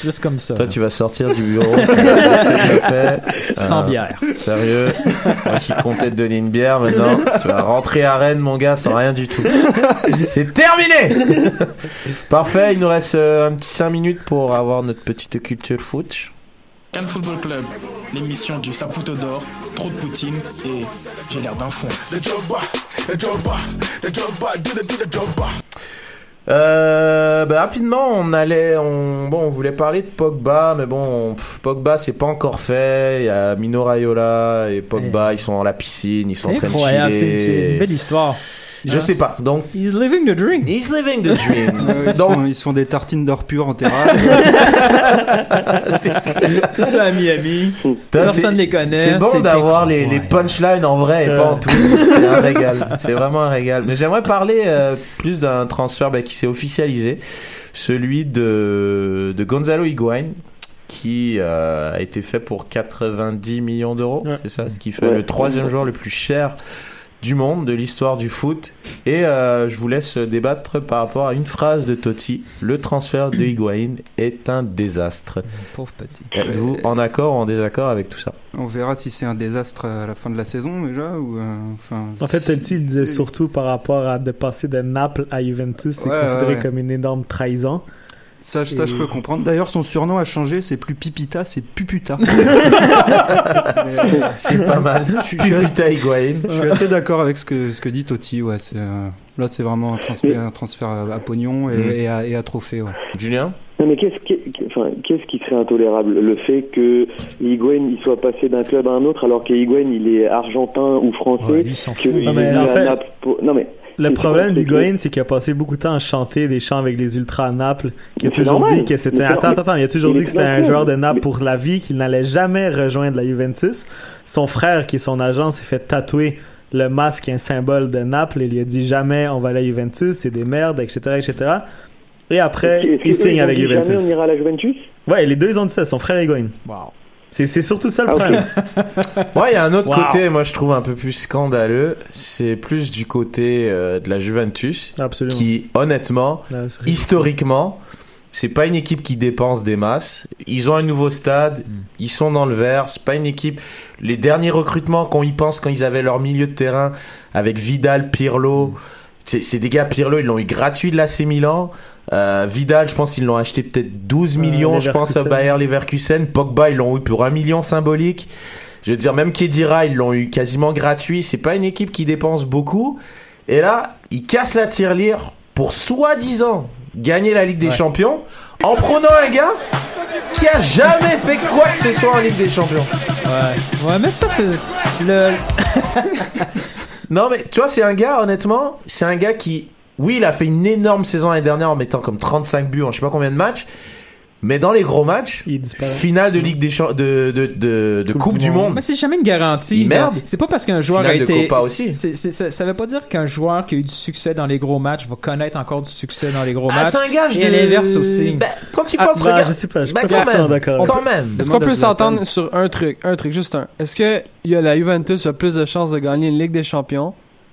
Speaker 3: Juste comme ça.
Speaker 2: Toi, tu vas sortir du bureau. c'est un truc que j'ai fait.
Speaker 3: Sans
Speaker 2: Euh,
Speaker 3: bière.
Speaker 2: Sérieux. Moi qui comptais te donner une bière maintenant. Tu vas rentrer à Rennes, mon gars, sans rien du tout. C'est terminé! Parfait. Il nous reste euh, un petit 5 minutes pour avoir notre petite culture foot.
Speaker 8: Cannes Football Club, l'émission du Saputo d'or, trop de poutine et j'ai l'air d'un fond. Le Drogba, le Drogba, do the, do the Drogba.
Speaker 2: Euh, bah, rapidement, on allait, on, bon, on voulait parler de Pogba, mais bon, pff, Pogba, c'est pas encore fait. Il y a Mino Raiola et Pogba, ils sont dans la piscine, ils sont en
Speaker 3: C'est
Speaker 2: train de
Speaker 3: incroyable,
Speaker 2: chiller.
Speaker 3: c'est c'est une belle histoire.
Speaker 2: Je sais pas. Donc,
Speaker 3: He's living the dream.
Speaker 2: he's living the
Speaker 7: Euh,
Speaker 2: dream.
Speaker 7: ils, se
Speaker 2: Donc,
Speaker 7: font, ils se font des tartines d'or pur en terrasse.
Speaker 3: Tout ça à Miami.
Speaker 2: Putain,
Speaker 3: Personne
Speaker 2: c'est-
Speaker 3: les connaît,
Speaker 2: C'est bon
Speaker 3: c'est
Speaker 2: d'avoir les, les
Speaker 3: incroyable.
Speaker 2: punchlines en vrai et
Speaker 5: Euh.
Speaker 2: pas en tweet. C'est un régal. C'est vraiment un régal. Mais j'aimerais parler euh, plus d'un transfert bah, qui s'est officialisé, celui de, de Gonzalo Higuain qui euh, a été fait pour 90 millions d'euros,
Speaker 5: Ouais.
Speaker 2: c'est ça, ce qui fait
Speaker 4: Ouais.
Speaker 2: le troisième joueur le plus cher du monde, de l'histoire du foot. Et euh, je vous laisse débattre par rapport à une phrase de Totti. Le transfert de Higuain est un désastre.
Speaker 3: Pauvre petit.
Speaker 4: Euh,
Speaker 2: Êtes-vous en accord ou en désaccord avec tout ça
Speaker 7: On verra si c'est un désastre à la fin de la saison déjà ou euh, enfin.
Speaker 5: En fait,
Speaker 7: si-
Speaker 5: Totti, il disait surtout par rapport à de passer de Naples à Juventus, c'est
Speaker 7: Ouais, ouais,
Speaker 5: considéré
Speaker 7: ouais.
Speaker 5: comme une énorme trahison.
Speaker 7: Ça, je- ça, je peux comprendre. D'ailleurs, son surnom a changé. C'est plus Pipita, c'est Puputa.
Speaker 2: C'est pas mal. Putain, Higuain.
Speaker 7: je suis assez d'accord avec ce que ce que dit Totti. Ouais, c'est euh, là, c'est vraiment un transfert, un transfert à, à pognon et,
Speaker 2: Mm.
Speaker 7: et à, et à trophée. Ouais.
Speaker 2: Julien
Speaker 4: Non, mais qu'est-ce qui, qu'est- enfin, qu'est-ce qui serait intolérable Le fait que Higuain il soit passé d'un club à un autre alors que Higuain il est argentin ou français.
Speaker 3: Ouais, lui, il s'en
Speaker 4: que
Speaker 3: fout.
Speaker 4: il
Speaker 5: Non, mais
Speaker 4: est
Speaker 5: en
Speaker 4: à
Speaker 5: fait-
Speaker 4: Naples pour- non mais
Speaker 5: Le
Speaker 4: C'est
Speaker 5: problème
Speaker 4: sûr, c'est
Speaker 5: d'Higuain, c'est qu'il a passé beaucoup de temps à chanter des chants avec les ultras à Naples, qui a
Speaker 4: Mais c'est
Speaker 5: toujours
Speaker 4: normal.
Speaker 5: dit que c'était.
Speaker 4: Mais c'est-
Speaker 5: Attends, attends, attends, il a toujours
Speaker 4: mais
Speaker 5: dit que
Speaker 4: c'est
Speaker 5: c'était un
Speaker 4: normal.
Speaker 5: joueur de Naples
Speaker 4: Mais-
Speaker 5: pour la vie, qu'il n'allait jamais rejoindre la Juventus. Son frère, qui est son agent, s'est fait tatouer le masque, un symbole de Naples, et il lui a dit jamais on va à la Juventus, c'est des merdes, etc., etc. Et après,
Speaker 4: est-ce que- est-ce
Speaker 5: il
Speaker 4: que eux, ils
Speaker 5: signe
Speaker 4: ont
Speaker 5: avec
Speaker 4: dit
Speaker 5: Juventus.
Speaker 4: Jamais on ira à la Juventus.
Speaker 5: Ouais, les deux ils ont dit ça, son frère Higuain. C'est c'est surtout ça le
Speaker 4: Ah, ok.
Speaker 5: problème.
Speaker 2: Ouais, il y a un autre
Speaker 5: Wow.
Speaker 2: côté, moi je trouve un peu plus scandaleux. C'est plus du côté euh, de la Juventus,
Speaker 5: Absolument.
Speaker 2: qui honnêtement,
Speaker 5: Ouais, c'est ridicule.
Speaker 2: historiquement, c'est pas une équipe qui dépense des masses. Ils ont un nouveau stade, ils sont dans le vert. C'est pas une équipe. Les derniers recrutements qu'on y pense quand ils avaient leur milieu de terrain avec Vidal, Pirlo. C'est c'est des gars, Pirlo, ils l'ont eu gratuit de l'AC Milan. Euh, Vidal, je pense, ils l'ont acheté peut-être 12
Speaker 5: Ouais,
Speaker 2: millions, je pense, à
Speaker 5: Leverkusen.
Speaker 2: Bayer Leverkusen. Pogba, ils l'ont eu pour 1 million symbolique. Je veux dire, même Kedira, ils l'ont eu quasiment gratuit. C'est pas une équipe qui dépense beaucoup. Et là, ils cassent la tirelire pour soi-disant gagner la Ligue des Champions en prenant un gars qui a jamais fait quoi que ce soit en Ligue des Champions.
Speaker 3: Ouais. ouais, mais ça, c'est. Le...
Speaker 2: Non, mais tu vois, c'est un gars, honnêtement, c'est un gars qui, oui, il a fait une énorme saison l'année dernière en mettant comme 35 buts en je sais pas combien de matchs, mais dans les gros matchs,
Speaker 5: Il disparaît.
Speaker 2: finale de Ligue des Champs- de, de, de, de Coupe du Monde.
Speaker 3: Mais c'est jamais une garantie.
Speaker 2: Il
Speaker 3: là.
Speaker 2: merde.
Speaker 3: C'est pas parce qu'un joueur
Speaker 2: Finale
Speaker 3: a
Speaker 2: de
Speaker 3: été.
Speaker 2: Copa aussi.
Speaker 3: c'est- c'est- ça- ça veut pas dire qu'un joueur qui a eu du succès dans les gros matchs va connaître encore du succès dans les gros
Speaker 2: Ah,
Speaker 3: matchs.
Speaker 2: c'est un gage
Speaker 3: Et à
Speaker 2: de-
Speaker 3: l'inverse aussi.
Speaker 2: Bah, quand tu
Speaker 6: Ah,
Speaker 2: penses,
Speaker 5: Bah,
Speaker 2: regarde-
Speaker 5: je sais pas, je suis
Speaker 2: bah,
Speaker 5: pas
Speaker 2: quand
Speaker 5: forcément
Speaker 2: même.
Speaker 5: d'accord.
Speaker 2: Quand même.
Speaker 6: Est-ce qu'on
Speaker 7: Demande à
Speaker 6: peut
Speaker 7: Zlatan.
Speaker 6: s'entendre sur un truc, un truc, juste un? Est-ce que il y a la Juventus a plus de chances de gagner une Ligue des Champions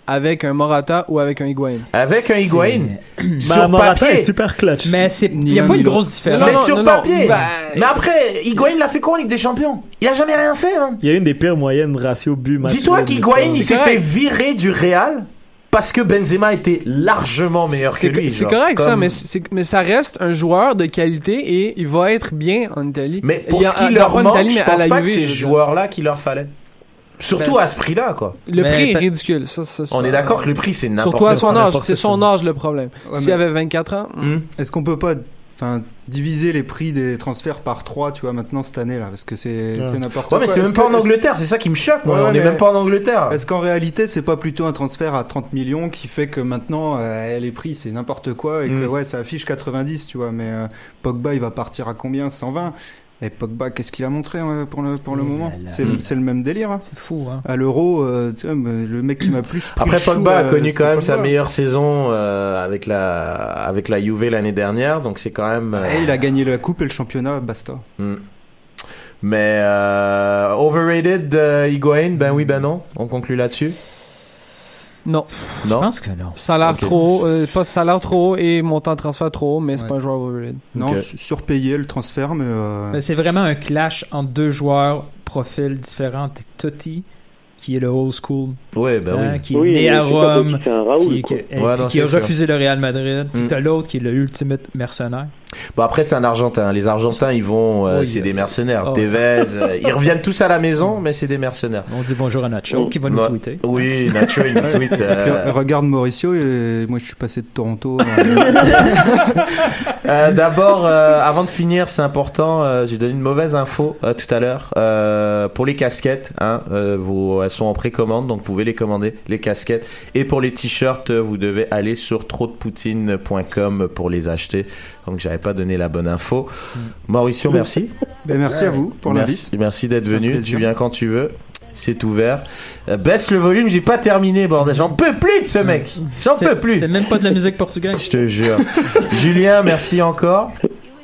Speaker 6: avec un Morata ou avec un Higuain?
Speaker 2: Avec un Higuain,
Speaker 5: Bah,
Speaker 2: sur
Speaker 5: Morata est
Speaker 2: papier.
Speaker 5: super clutch.
Speaker 3: Mais c'est. Il y a
Speaker 7: Ni
Speaker 3: pas
Speaker 7: un,
Speaker 3: une
Speaker 7: ni
Speaker 3: grosse différence.
Speaker 6: Non,
Speaker 2: Mais
Speaker 6: non,
Speaker 2: sur
Speaker 6: non, non.
Speaker 2: papier.
Speaker 6: Bah,
Speaker 2: Mais après, Higuain, il a fait quoi en Ligue des Champions Il a jamais rien fait. Hein.
Speaker 5: Il y a une des pires moyennes ratio but match.
Speaker 2: Dis-toi
Speaker 5: nul de
Speaker 2: qu'Higuain,
Speaker 5: l'histoire.
Speaker 2: il s'est
Speaker 6: correct.
Speaker 2: fait virer du Real parce que Benzema était largement meilleur que
Speaker 6: C'est
Speaker 2: lui.
Speaker 6: c'est
Speaker 2: genre.
Speaker 6: correct ça,
Speaker 2: Comme-
Speaker 6: mais, c'est- mais ça reste un joueur de qualité et il va être bien en Italie.
Speaker 2: Mais pour
Speaker 6: Il y a-
Speaker 2: ce qui
Speaker 6: non,
Speaker 2: leur
Speaker 6: pas en
Speaker 2: manque,
Speaker 6: Italie,
Speaker 2: je
Speaker 6: mais à
Speaker 2: pense
Speaker 6: la
Speaker 2: pas
Speaker 6: Juve,
Speaker 2: que
Speaker 6: je
Speaker 2: c'est
Speaker 6: veux
Speaker 2: ce
Speaker 6: dire.
Speaker 2: joueur-là qu'il leur fallait. Surtout
Speaker 6: Ben,
Speaker 2: à ce prix-là, quoi.
Speaker 6: Le
Speaker 3: Mais
Speaker 7: ben,
Speaker 6: prix est
Speaker 3: pe-
Speaker 6: ridicule. Ça, ça, ça-
Speaker 2: On est d'accord que le prix, c'est n'importe
Speaker 6: Surtout à
Speaker 2: quoi.
Speaker 6: son âge,
Speaker 5: n'importe
Speaker 6: c'est son
Speaker 5: quoi.
Speaker 6: âge le problème.
Speaker 7: Ouais,
Speaker 6: S'il
Speaker 7: mais-
Speaker 6: avait 24 ans, hmm.
Speaker 2: Hmm.
Speaker 7: Est-ce qu'on peut pas enfin diviser les prix des transferts par 3 tu vois maintenant cette année là parce que c'est
Speaker 5: Ouais.
Speaker 7: c'est n'importe
Speaker 2: Ouais,
Speaker 7: quoi.
Speaker 2: mais c'est
Speaker 7: Est-ce
Speaker 2: même pas en
Speaker 7: que-
Speaker 2: Angleterre, c'est ça qui me choque. moi.
Speaker 7: Ouais,
Speaker 2: on est
Speaker 7: mais-
Speaker 2: même pas en Angleterre.
Speaker 7: Est-ce qu'en réalité, c'est pas plutôt un transfert à 30 millions qui fait que maintenant euh, les prix c'est n'importe quoi et que
Speaker 2: Mm.
Speaker 7: ouais, ça affiche 90, tu vois, mais euh, Pogba il va partir à combien 120 Et Pogba, qu'est-ce qu'il a montré euh, pour le, pour le
Speaker 3: Oh
Speaker 7: moment
Speaker 3: là là.
Speaker 7: C'est
Speaker 2: Mm.
Speaker 7: c'est le même délire. hein.
Speaker 3: C'est fou, hein.
Speaker 7: À l'euro, euh, tu vois, mais le mec qui m'a plus. pris
Speaker 2: Après,
Speaker 7: le chou,
Speaker 2: Pogba a
Speaker 7: euh,
Speaker 2: connu
Speaker 7: c'était
Speaker 2: quand même
Speaker 7: Pogba.
Speaker 2: sa meilleure saison euh, avec la avec la Juve l'année dernière, donc c'est quand même. euh,
Speaker 7: Et il a gagné la coupe et le championnat, basta.
Speaker 2: hmm. Mais euh, overrated euh, Higuain, ben oui, ben non. On conclut là-dessus.
Speaker 6: non.
Speaker 3: Je
Speaker 7: Hein?
Speaker 2: Non.
Speaker 3: pense que non.
Speaker 6: Salaire
Speaker 2: Ok.
Speaker 6: trop haut, euh, pas salaire trop haut et montant de transfert trop haut, mais c'est
Speaker 7: Ouais.
Speaker 6: pas un joueur overrated.
Speaker 7: Non,
Speaker 2: Ok.
Speaker 7: su- surpayé le transfert, mais. euh,
Speaker 3: Mais c'est vraiment un clash entre deux joueurs, profils différents. T'es Totti, qui est le old school,
Speaker 2: Ouais, ben
Speaker 3: hein,
Speaker 2: oui.
Speaker 3: qui est né à
Speaker 4: mais c'est pas
Speaker 3: Rome,
Speaker 4: Totti, C'est un
Speaker 3: qui,
Speaker 4: Raoul.
Speaker 3: qui-
Speaker 4: Ah quoi.
Speaker 3: et
Speaker 2: Ouais,
Speaker 3: puis
Speaker 2: non,
Speaker 3: qui a
Speaker 2: c'est sûr.
Speaker 3: refusé le Real Madrid. Puis
Speaker 2: Mm.
Speaker 3: t'as l'autre qui est le ultimate mercenaire.
Speaker 2: Bon, après, c'est un Argentin. Les Argentins, ils vont, euh,
Speaker 3: Oui,
Speaker 2: c'est
Speaker 3: euh,
Speaker 2: des mercenaires.
Speaker 3: oh.
Speaker 2: Tevez, euh, ils reviennent tous à la maison, mais c'est des mercenaires.
Speaker 3: On dit bonjour à Nacho qui va nous
Speaker 2: Ouais.
Speaker 3: tweeter.
Speaker 2: Oui, Nacho, il nous tweet. euh,
Speaker 7: Puis, Regarde Mauricio, et moi je suis passé de Toronto. à-
Speaker 2: Euh, D'abord, euh, avant de finir, c'est important. euh, J'ai donné une mauvaise info euh, tout à l'heure Euh, pour les casquettes. Hein, euh, vous, elles sont en précommande, donc vous pouvez les commander les casquettes. Et pour les t-shirts, euh, vous devez aller sur trotdepoutine.com pour les acheter. Donc, j'avais pas donné la bonne info. Mauricio, merci.
Speaker 7: Ben, merci à vous Mm. pour l'invite.
Speaker 2: merci, merci d'être
Speaker 7: C'est un
Speaker 2: venu.
Speaker 7: plaisir.
Speaker 2: Tu viens quand tu veux. C'est ouvert. Euh, baisse le volume. J'ai pas terminé, bordel. J'en peux plus de ce mec. J'en
Speaker 3: C'est-
Speaker 2: peux plus.
Speaker 3: C'est même pas de la musique portugaise.
Speaker 2: Je te jure. Julien, merci encore.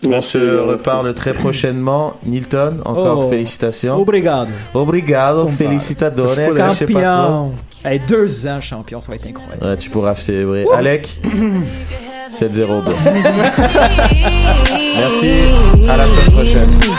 Speaker 2: On
Speaker 4: Merci.
Speaker 2: se reparle très prochainement. Nilton, encore
Speaker 3: Oh.
Speaker 2: félicitations.
Speaker 3: Obrigado.
Speaker 2: Obrigado,
Speaker 3: Compa.
Speaker 2: félicitadones. Je sais pas trop.
Speaker 3: Champion. Hey, deux ans champion, ça va être incroyable.
Speaker 2: Ouais, tu pourras célébrer. Alec, 7-0. bon. Merci. À la semaine prochaine.